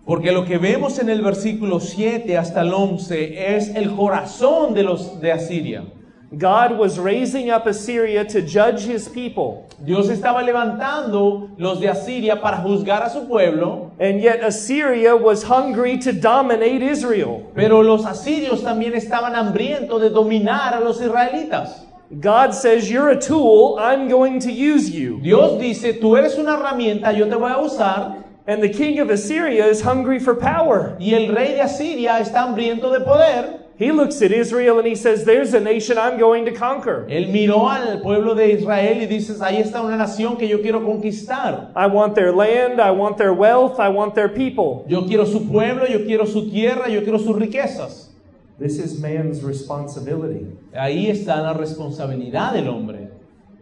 [SPEAKER 2] Porque lo que vemos en el versículo 7 hasta el 11 es el corazón de los de Asiria.
[SPEAKER 1] God was raising up Assyria to judge his people,
[SPEAKER 2] Dios estaba levantando los de Asiria para juzgar a su pueblo,
[SPEAKER 1] and yet Assyria was hungry to dominate Israel.
[SPEAKER 2] pero los asirios también estaban hambrientos de dominar a los israelitas.
[SPEAKER 1] God says, You're a tool, I'm going to use you.
[SPEAKER 2] Dios dice, tú eres una herramienta, yo te voy a usar,
[SPEAKER 1] And the king of Assyria is hungry for power.
[SPEAKER 2] y el rey de Asiria está hambriento de poder.
[SPEAKER 1] He looks at Israel and he says, There's a nation I'm going to conquer.
[SPEAKER 2] Él miró al pueblo de Israel y dices, ahí está una nación que yo quiero conquistar.
[SPEAKER 1] I want their land, I want their wealth, I want their people.
[SPEAKER 2] Yo quiero su pueblo, yo quiero su tierra, yo quiero sus riquezas.
[SPEAKER 1] This is man's responsibility.
[SPEAKER 2] Ahí está la responsabilidad del hombre.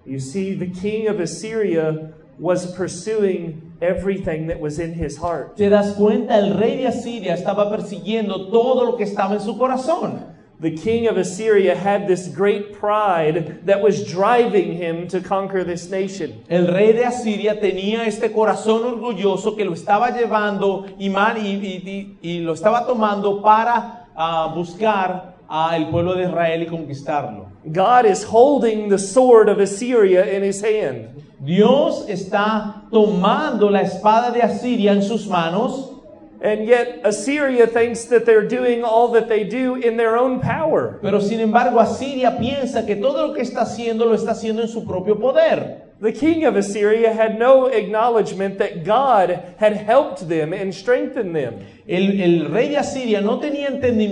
[SPEAKER 1] You see, the king of Assyria was pursuing everything that was in his heart.
[SPEAKER 2] Te das cuenta, el rey de Asiria estaba persiguiendo todo lo que estaba en su corazón.
[SPEAKER 1] The king of Assyria had this great pride that was driving him to conquer this nation.
[SPEAKER 2] El rey de Asiria tenía este corazón orgulloso que lo estaba llevando y, man- y- y- y- y lo estaba tomando para ah, buscar al pueblo de Israel y conquistarlo.
[SPEAKER 1] God is holding the sword of Assyria in his hand.
[SPEAKER 2] Dios está tomando la espada de Asiria en sus manos,
[SPEAKER 1] And yet, Assyria thinks that they're doing all that they do in their own power.
[SPEAKER 2] pero sin embargo Asiria piensa que todo lo que está haciendo lo está haciendo en su propio poder.
[SPEAKER 1] The king of Assyria had no acknowledgement that God had helped them and strengthened them.
[SPEAKER 2] El, el rey de Asiria no tenía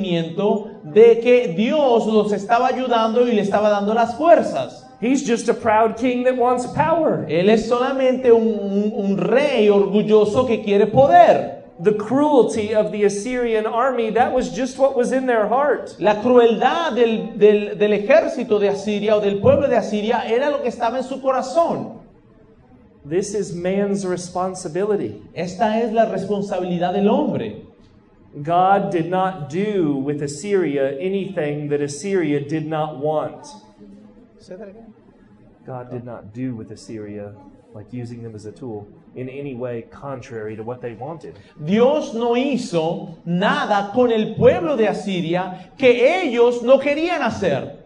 [SPEAKER 2] entendimiento de que Dios los estaba ayudando y le estaba dando las fuerzas.
[SPEAKER 1] He's just a proud king that wants power.
[SPEAKER 2] Él es solamente un, un- un rey orgulloso que quiere poder.
[SPEAKER 1] The cruelty of the Assyrian army, that was just what was in their heart.
[SPEAKER 2] La crueldad del, del- del ejército de Asiria o del pueblo de Asiria era lo que estaba en su corazón.
[SPEAKER 1] This is man's responsibility.
[SPEAKER 2] Esta es la responsabilidad del hombre.
[SPEAKER 1] God did not do with Assyria anything that Assyria did not want. God did not do with Assyria, like using them as a tool, in any way contrary to what they wanted.
[SPEAKER 2] Dios no hizo nada con el pueblo de Asiria que ellos no querían hacer.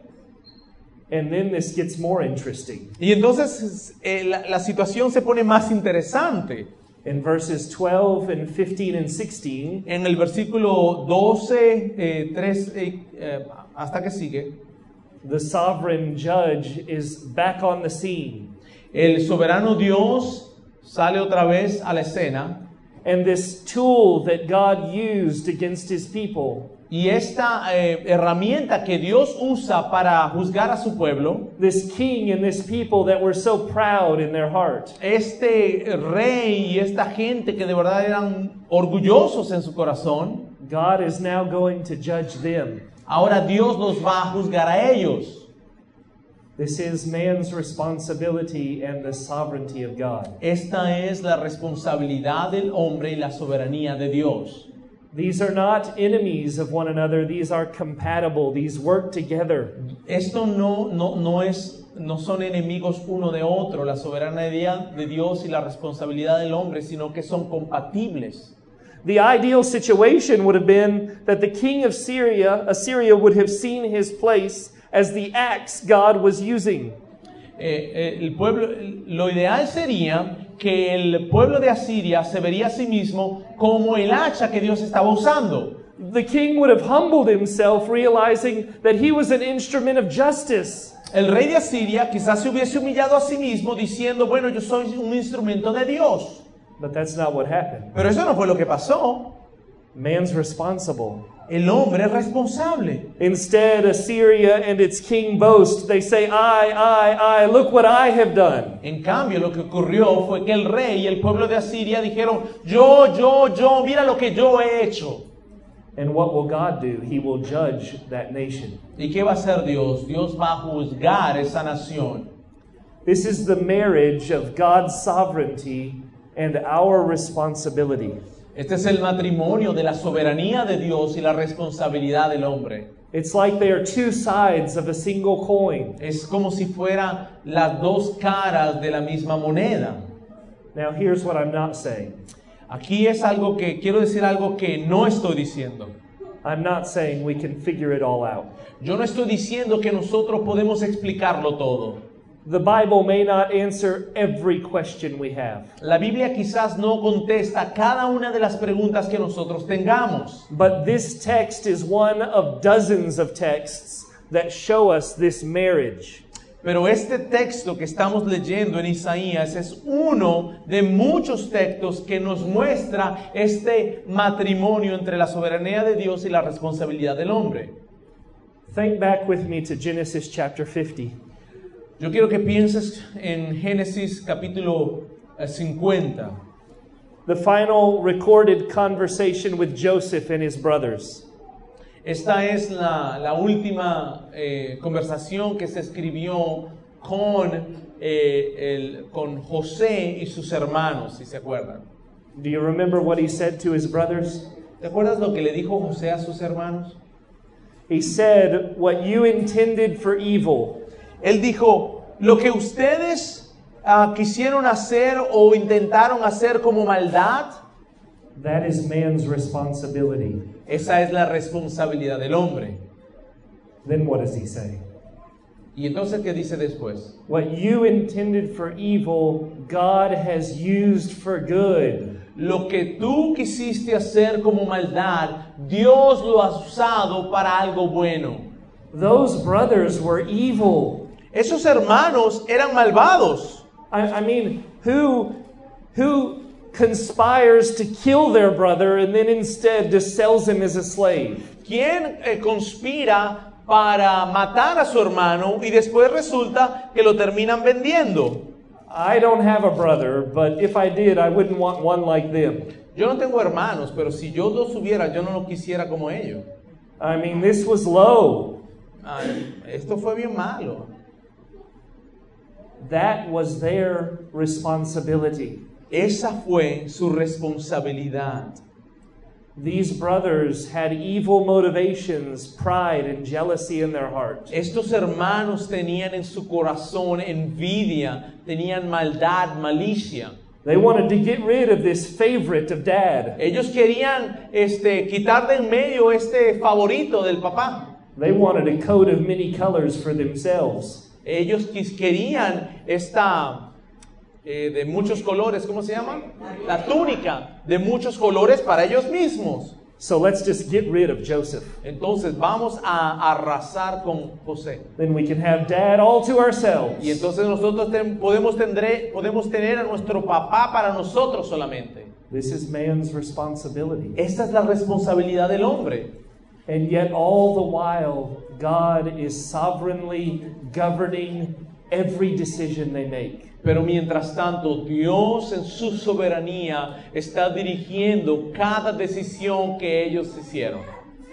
[SPEAKER 1] And then this gets more interesting.
[SPEAKER 2] Y entonces eh, la, la situación se pone más interesante.
[SPEAKER 1] In verses 12 and 15 and 16,
[SPEAKER 2] En el versículo 12, eh, 3, eh, eh, hasta que sigue,
[SPEAKER 1] the sovereign judge is back on the scene
[SPEAKER 2] el soberano Dios sale otra vez a la escena
[SPEAKER 1] and this tool that God used against his people,
[SPEAKER 2] Y esta eh, herramienta que Dios usa para juzgar a su pueblo,
[SPEAKER 1] this king and this people that were so proud in their heart,
[SPEAKER 2] este rey y esta gente que de verdad eran orgullosos en su corazón,
[SPEAKER 1] God is now going to judge them.
[SPEAKER 2] ahora Dios los va a juzgar a ellos.
[SPEAKER 1] This is man's responsibility and the sovereignty of God.
[SPEAKER 2] Esta es la responsabilidad del hombre y la soberanía de Dios.
[SPEAKER 1] These are not enemies of one another, these are compatible, these work together.
[SPEAKER 2] Esto no, no, no, es, no son enemigos uno de otro, la soberanía de Dios y la responsabilidad del hombre, sino que son compatibles.
[SPEAKER 1] The ideal situation would have been that the king of Syria, Assyria, would have seen his place as the axe God was using.
[SPEAKER 2] Eh, eh, el pueblo, lo ideal sería que el pueblo de Asiria se vería a sí mismo como el hacha que Dios estaba usando.
[SPEAKER 1] The king would have humbled himself, realizing that he was an instrument of justice.
[SPEAKER 2] El rey de Asiria quizás se hubiese humillado a sí mismo diciendo, bueno, yo soy un instrumento de Dios.
[SPEAKER 1] But that's not what happened.
[SPEAKER 2] Pero eso no fue lo que pasó.
[SPEAKER 1] Man's responsible.
[SPEAKER 2] El hombre es responsable.
[SPEAKER 1] Instead, Assyria and its king boast. They say, I, I, I, look what I have done.
[SPEAKER 2] En cambio, lo que ocurrió fue que el rey y el pueblo de Asiria dijeron, yo, yo, yo, mira lo que yo he hecho.
[SPEAKER 1] And what will God do? He will judge that nation.
[SPEAKER 2] ¿Y qué va a hacer Dios? Dios va a juzgar esa nación.
[SPEAKER 1] This is the marriage of God's sovereignty and our responsibility.
[SPEAKER 2] Este es el matrimonio de la soberanía de Dios y la responsabilidad del hombre.
[SPEAKER 1] It's like they are two sides of a single coin.
[SPEAKER 2] Es como si fueran las dos caras de la misma moneda.
[SPEAKER 1] Now, here's what I'm not saying
[SPEAKER 2] Aquí es algo que quiero decir algo que no estoy diciendo.
[SPEAKER 1] I'm not saying we can figure it all out.
[SPEAKER 2] Yo no estoy diciendo que nosotros podemos explicarlo todo.
[SPEAKER 1] The Bible may not answer every question we have,
[SPEAKER 2] La Biblia quizás no contesta cada una de las preguntas que nosotros tengamos,
[SPEAKER 1] but this text is one of dozens of texts that show us this marriage.
[SPEAKER 2] pero este texto que estamos leyendo en Isaías es uno de muchos textos que nos muestra este matrimonio entre la soberanía de Dios y la responsabilidad del hombre.
[SPEAKER 1] Think back with me to Genesis chapter 50.
[SPEAKER 2] Yo quiero que pienses en Génesis capítulo eh, 50,
[SPEAKER 1] The final recorded conversation with Joseph and his brothers.
[SPEAKER 2] Esta es la, la última eh, conversación que se escribió con, eh, el- con José y sus hermanos, si se acuerdan.
[SPEAKER 1] Do you remember what he said to his brothers?
[SPEAKER 2] ¿Te acuerdas lo que le dijo José a sus hermanos?
[SPEAKER 1] He said, What you intended for evil,
[SPEAKER 2] Él dijo, lo que ustedes ah, quisieron hacer o intentaron hacer como maldad,
[SPEAKER 1] that is man's responsibility.
[SPEAKER 2] esa es la responsabilidad del hombre.
[SPEAKER 1] Then what does he say?
[SPEAKER 2] Y entonces, ¿qué dice después?
[SPEAKER 1] What you intended for evil, God has used for good.
[SPEAKER 2] Lo que tú quisiste hacer como maldad, Dios lo ha usado para algo bueno.
[SPEAKER 1] Those brothers were evil.
[SPEAKER 2] Esos hermanos eran malvados.
[SPEAKER 1] I, I mean, who, who conspires to kill their brother and then instead just sells him as a slave?
[SPEAKER 2] ¿Quién eh, conspira para matar a su hermano y después resulta que lo terminan vendiendo?
[SPEAKER 1] I don't have a brother, but if I did, I wouldn't want one like them.
[SPEAKER 2] Yo no tengo hermanos, pero si yo los hubiera, yo no los quisiera como ellos.
[SPEAKER 1] I mean, this was low.
[SPEAKER 2] Ay, esto fue bien malo.
[SPEAKER 1] That was their responsibility.
[SPEAKER 2] Esa fue su responsabilidad.
[SPEAKER 1] These brothers had evil motivations, pride, and jealousy in their heart.
[SPEAKER 2] Estos hermanos tenían en su corazón envidia, tenían maldad, malicia.
[SPEAKER 1] They wanted to get rid of this favorite of dad.
[SPEAKER 2] Ellos querían este, quitar de en medio este favorito del papá.
[SPEAKER 1] They wanted a coat of many colors for themselves.
[SPEAKER 2] Ellos quis- querían esta eh, de muchos colores, ¿cómo se llama? La túnica de muchos colores para ellos mismos.
[SPEAKER 1] So let's just get rid of Joseph.
[SPEAKER 2] Entonces vamos a arrasar con José.
[SPEAKER 1] Then we can have dad all to
[SPEAKER 2] Y
[SPEAKER 1] ourselves.
[SPEAKER 2] entonces nosotros ten- podemos, tendré- podemos tener a nuestro papá para nosotros solamente.
[SPEAKER 1] This is man's responsibility.
[SPEAKER 2] Esta es la responsabilidad del hombre.
[SPEAKER 1] And yet, all the while, God is sovereignly governing every decision they make.
[SPEAKER 2] Pero mientras tanto, Dios en su soberanía está dirigiendo cada decisión que ellos hicieron.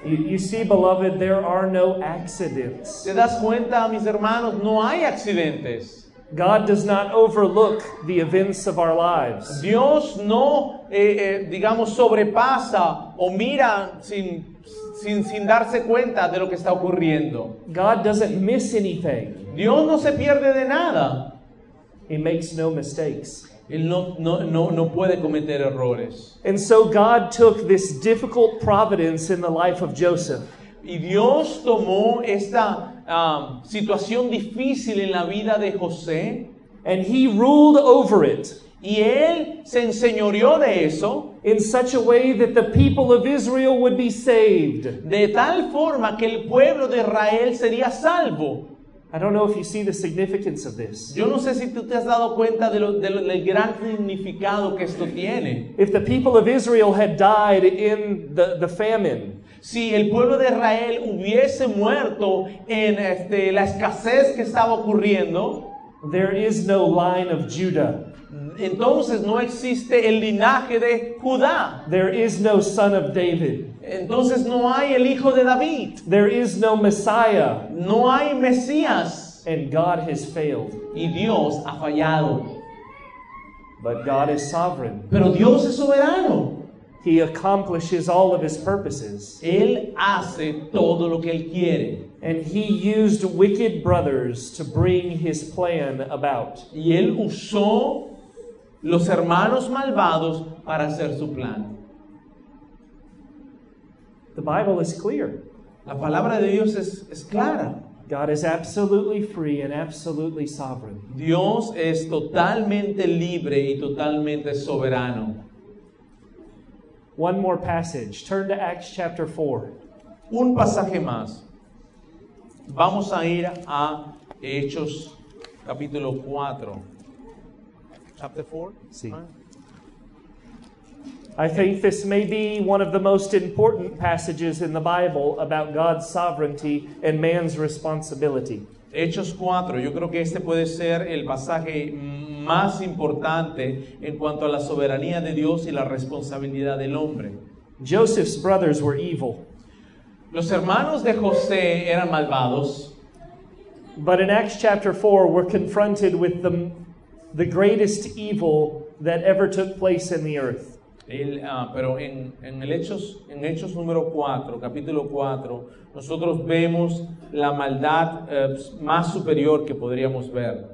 [SPEAKER 1] You, you see, beloved, there are no accidents.
[SPEAKER 2] ¿Te das cuenta, mis hermanos? No hay accidentes.
[SPEAKER 1] God does not overlook the events of our lives.
[SPEAKER 2] Dios no, eh, eh, digamos, sobrepasa o mira sin, sin, sin darse cuenta de lo que está ocurriendo.
[SPEAKER 1] God doesn't miss anything,
[SPEAKER 2] Dios no se pierde de nada.
[SPEAKER 1] He makes no mistakes.
[SPEAKER 2] Él no, no, no, no puede cometer errores.
[SPEAKER 1] And so, God took this difficult providence in the life of Joseph
[SPEAKER 2] Y Dios tomó esta ah, situación difícil en la vida de José
[SPEAKER 1] and He ruled over it
[SPEAKER 2] y él se enseñoreó de eso
[SPEAKER 1] in such a way that the people of Israel would be saved.
[SPEAKER 2] de tal forma que el pueblo de Israel sería salvo.
[SPEAKER 1] I don't know if you see the significance of this.
[SPEAKER 2] Yo no sé si tú te has dado cuenta de lo- de lo- del gran significado que esto tiene.
[SPEAKER 1] If the people of Israel had died in the, the famine,
[SPEAKER 2] Si el pueblo de Israel hubiese muerto en este, la escasez que estaba ocurriendo,
[SPEAKER 1] there is no line of Judah,
[SPEAKER 2] entonces no existe el linaje de Judá.
[SPEAKER 1] there is no son of David,
[SPEAKER 2] Entonces no hay el hijo de David.
[SPEAKER 1] there is no Messiah,
[SPEAKER 2] No hay Mesías.
[SPEAKER 1] and God has failed.
[SPEAKER 2] Y Dios ha fallado.
[SPEAKER 1] But God is sovereign,
[SPEAKER 2] Pero Dios es soberano.
[SPEAKER 1] He accomplishes all of His purposes,
[SPEAKER 2] Él hace todo lo que Él quiere.
[SPEAKER 1] and He used wicked brothers to bring His plan about.
[SPEAKER 2] Y Él usó los hermanos malvados para hacer su plan.
[SPEAKER 1] The Bible is clear.
[SPEAKER 2] La palabra de Dios es, es clara.
[SPEAKER 1] God is absolutely free and absolutely sovereign.
[SPEAKER 2] Dios es totalmente libre y totalmente soberano.
[SPEAKER 1] One more passage. Turn to Acts chapter 4.
[SPEAKER 2] Un pasaje más. Vamos a ir a Hechos capítulo 4. Chapter 4.
[SPEAKER 1] Sí. I think this may be one of the most important passages in the Bible about God's sovereignty and man's responsibility.
[SPEAKER 2] Hechos 4, yo creo que este puede ser el pasaje más importante en cuanto a la soberanía de Dios y la responsabilidad del hombre.
[SPEAKER 1] Joseph's brothers were evil,
[SPEAKER 2] Los hermanos de José eran malvados,
[SPEAKER 1] but in Acts chapter 4, we're confronted with the, the greatest evil that ever took place in the earth.
[SPEAKER 2] El, ah, pero en, en el Hechos, en Hechos número 4, capítulo 4, nosotros vemos la maldad eh, más superior que podríamos ver.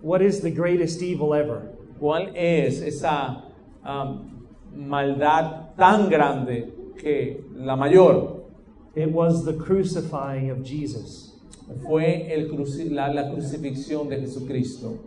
[SPEAKER 1] What is the greatest evil ever?
[SPEAKER 2] ¿Cuál es esa ah, maldad tan grande que la mayor?
[SPEAKER 1] It was the crucifying of Jesus.
[SPEAKER 2] fue el cruci- la, la crucifixión de Jesucristo.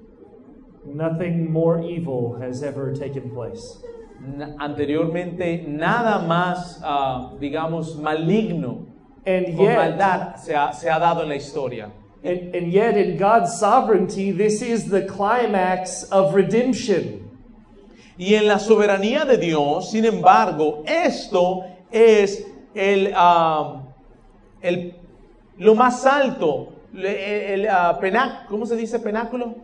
[SPEAKER 1] Nothing more evil has ever taken place.
[SPEAKER 2] Na- anteriormente, nada más, ah, digamos, maligno
[SPEAKER 1] And
[SPEAKER 2] o
[SPEAKER 1] yet,
[SPEAKER 2] maldad se ha, se ha dado en la historia.
[SPEAKER 1] And, and yet, in God's sovereignty, this is the climax of redemption.
[SPEAKER 2] Y en la soberanía de Dios, sin embargo, esto es el, ah, el- lo más alto, el, el, ah, pena- ¿cómo se dice penáculo?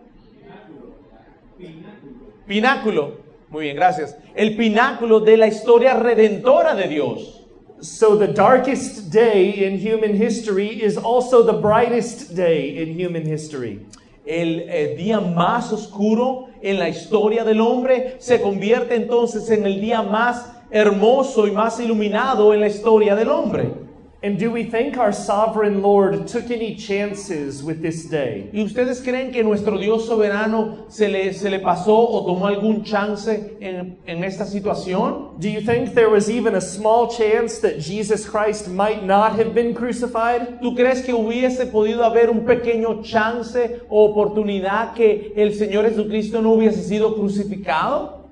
[SPEAKER 2] Pináculo. Muy bien, gracias. El pináculo de la historia redentora de Dios.
[SPEAKER 1] So, the darkest day in human history is also the brightest day in human history.
[SPEAKER 2] El eh, día más oscuro en la historia del hombre se convierte entonces en el día más hermoso y más iluminado en la historia del hombre.
[SPEAKER 1] And do we think our sovereign Lord took any chances with this day?
[SPEAKER 2] ¿Y ustedes creen que nuestro Dios soberano se le, se le pasó o tomó algún chance en, en esta situación?
[SPEAKER 1] Do you think there was even a small chance that Jesus Christ might not have been crucified?
[SPEAKER 2] ¿Tú crees que hubiese podido haber un pequeño chance o oportunidad que el Señor Jesucristo no hubiese sido crucificado?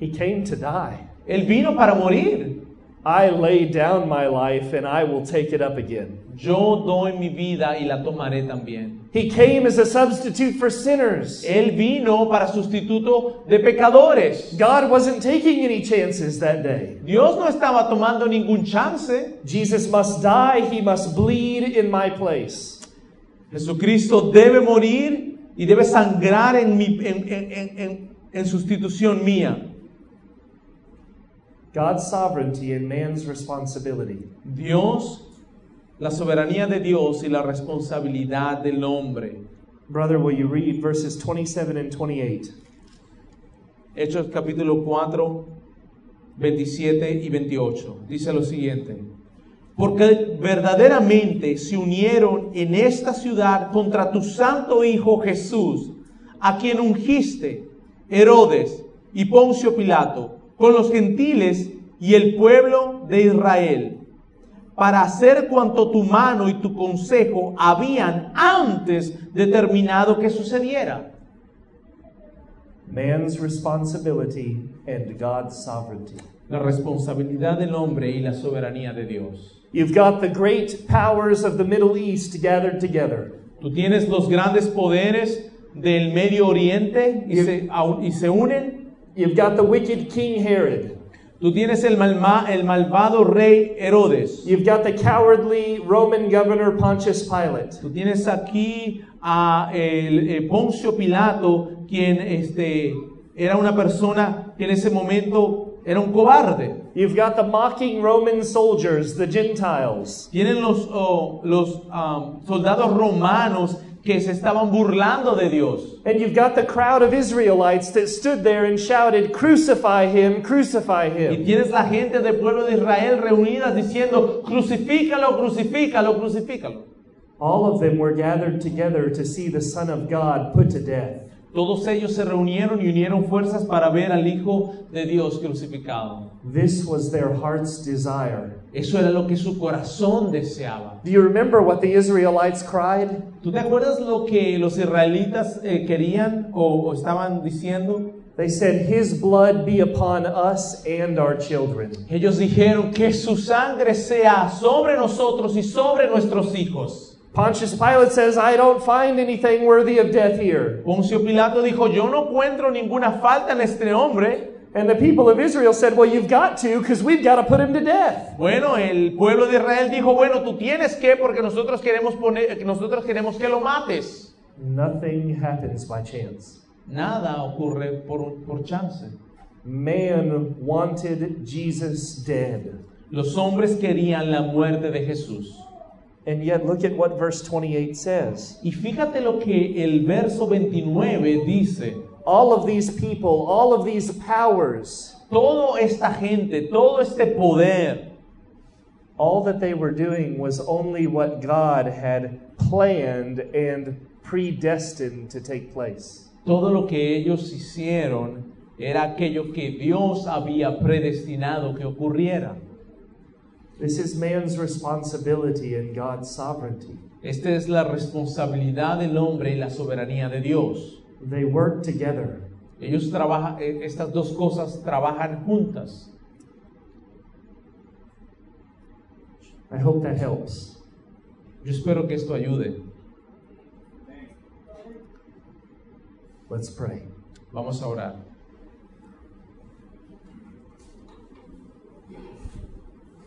[SPEAKER 1] He came to die.
[SPEAKER 2] Él vino para morir.
[SPEAKER 1] I lay down my life and I will take it up again.
[SPEAKER 2] Yo doy mi vida y la tomaré también.
[SPEAKER 1] He came as a substitute for sinners.
[SPEAKER 2] Él vino para sustituto de pecadores.
[SPEAKER 1] God wasn't taking any chances that day.
[SPEAKER 2] Dios no estaba tomando ningún chance.
[SPEAKER 1] Jesus must die, he must bleed in my place.
[SPEAKER 2] Jesucristo debe morir y debe sangrar en, mi, en, en- en- en- en sustitución mía.
[SPEAKER 1] God's sovereignty and man's responsibility.
[SPEAKER 2] Dios, la soberanía de Dios y la responsabilidad del hombre.
[SPEAKER 1] Brother, will you read verses 27 and 28?
[SPEAKER 2] Hechos capítulo 4, 27 y 28. Dice lo siguiente. Porque verdaderamente se unieron en esta ciudad contra tu santo Hijo Jesús, a quien ungiste Herodes y Poncio Pilato, con los gentiles y el pueblo de Israel, para hacer cuanto tu mano y tu consejo habían antes determinado que sucediera.
[SPEAKER 1] Man's responsibility and God's sovereignty.
[SPEAKER 2] la responsabilidad del hombre y la soberanía de Dios.
[SPEAKER 1] You've got the great powers of the Middle East gathered together.
[SPEAKER 2] Tú tienes los grandes poderes del Medio Oriente y se, au- y se unen.
[SPEAKER 1] You've got the wicked King Herod.
[SPEAKER 2] Tú tienes el, malma- el malvado rey Herodes.
[SPEAKER 1] You've got the cowardly Roman governor Pontius Pilate.
[SPEAKER 2] Tú tienes aquí a el, eh, Poncio Pilato, quien este, era una persona que en ese momento era un cobarde.
[SPEAKER 1] You've got the mocking Roman soldiers, the Gentiles.
[SPEAKER 2] Tienen los, oh, los ah, soldados romanos que se estaban burlando de Dios.
[SPEAKER 1] And you've got the crowd of Israelites that stood there and shouted, Crucify him, crucify
[SPEAKER 2] Y
[SPEAKER 1] him.
[SPEAKER 2] tienes la gente del pueblo de Israel reunidas diciendo, crucifícalo, crucifícalo, crucifícalo.
[SPEAKER 1] All of them were gathered together to see the Son of God put to death.
[SPEAKER 2] Todos ellos se reunieron y unieron fuerzas para ver al Hijo de Dios crucificado.
[SPEAKER 1] This was their heart's desire.
[SPEAKER 2] Eso era lo que su corazón deseaba.
[SPEAKER 1] Do you remember what the Israelites cried?
[SPEAKER 2] ¿Tú te acuerdas lo que los israelitas eh, querían o, o estaban diciendo?
[SPEAKER 1] They said, His blood be upon us and our children.
[SPEAKER 2] Ellos dijeron que su sangre sea sobre nosotros y sobre nuestros hijos.
[SPEAKER 1] Pontius Pilate says, I don't find anything worthy of death here.
[SPEAKER 2] Poncio Pilato dijo, yo no encuentro ninguna falta en este hombre.
[SPEAKER 1] And the people of Israel said, Well, you've got to, because we've got to put him to death.
[SPEAKER 2] Bueno, el pueblo de Israel dijo, bueno, tú tienes que porque nosotros queremos poner, nosotros queremos que lo mates.
[SPEAKER 1] Nothing happens by chance.
[SPEAKER 2] Nada ocurre por, por chance.
[SPEAKER 1] Man wanted Jesus dead.
[SPEAKER 2] Los hombres querían la muerte de Jesús.
[SPEAKER 1] And yet, look at what verse 28 says.
[SPEAKER 2] Y fíjate lo que el verso 29 dice.
[SPEAKER 1] All of these people, all of these powers,
[SPEAKER 2] Toda esta gente, todo este poder,
[SPEAKER 1] all that they were doing was only what God had planned and predestined to take place.
[SPEAKER 2] todo lo que ellos hicieron era aquello que Dios había predestinado que ocurriera.
[SPEAKER 1] This is man's responsibility and God's sovereignty.
[SPEAKER 2] Esta es la responsabilidad del hombre y la soberanía de Dios.
[SPEAKER 1] They work together.
[SPEAKER 2] Ellos trabajan, eh, estas dos cosas trabajan juntas.
[SPEAKER 1] I hope that helps.
[SPEAKER 2] Yo espero que esto ayude.
[SPEAKER 1] Let's pray.
[SPEAKER 2] Vamos a orar.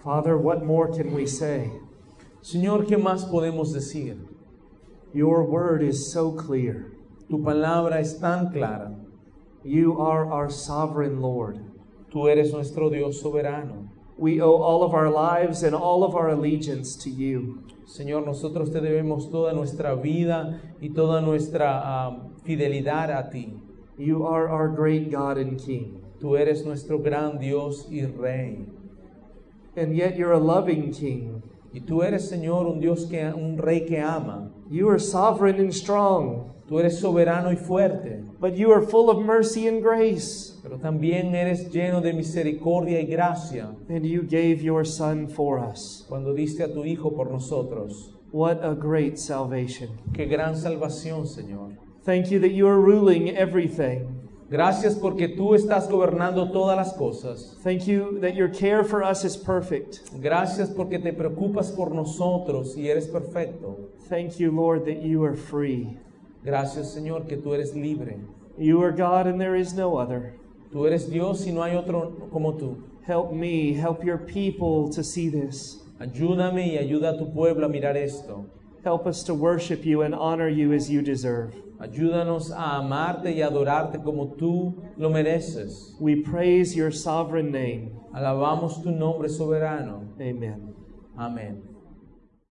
[SPEAKER 1] Father, what more can we say?
[SPEAKER 2] Señor, ¿qué más podemos decir?
[SPEAKER 1] Your word is so clear.
[SPEAKER 2] Tu palabra es tan clara.
[SPEAKER 1] You are our sovereign Lord.
[SPEAKER 2] Tú eres nuestro Dios soberano.
[SPEAKER 1] We owe all of our lives and all of our allegiance to you.
[SPEAKER 2] Señor, nosotros te debemos toda nuestra vida y toda nuestra ah, fidelidad a ti.
[SPEAKER 1] You are our great God and King.
[SPEAKER 2] Tú eres nuestro gran Dios y Rey.
[SPEAKER 1] And yet you're a loving King.
[SPEAKER 2] Y tú eres, Señor, un Dios que un Rey que ama.
[SPEAKER 1] You are sovereign and strong,
[SPEAKER 2] Tú eres soberano y fuerte.
[SPEAKER 1] but you are full of mercy and grace.
[SPEAKER 2] pero también eres lleno de misericordia y gracia
[SPEAKER 1] And you gave your Son for us.
[SPEAKER 2] cuando diste a tu Hijo por nosotros.
[SPEAKER 1] What a great salvation.
[SPEAKER 2] Qué gran salvación, Señor.
[SPEAKER 1] Thank you that you are ruling everything.
[SPEAKER 2] Gracias porque tú estás gobernando todas las cosas.
[SPEAKER 1] Thank you that your care for us is perfect.
[SPEAKER 2] Gracias porque te preocupas por nosotros y eres perfecto.
[SPEAKER 1] Thank you, Lord, that you are free.
[SPEAKER 2] Gracias Señor que tú eres libre.
[SPEAKER 1] You are God and there is no other.
[SPEAKER 2] Tú eres Dios y no hay otro como tú.
[SPEAKER 1] Help me, help your people to see this.
[SPEAKER 2] Ayúdame y ayuda a tu pueblo a mirar esto.
[SPEAKER 1] Help us to worship you and honor you as you deserve.
[SPEAKER 2] Ayúdanos a amarte y adorarte como tú lo mereces.
[SPEAKER 1] We praise your sovereign name.
[SPEAKER 2] Alabamos tu nombre soberano.
[SPEAKER 1] Amen.
[SPEAKER 2] Amén.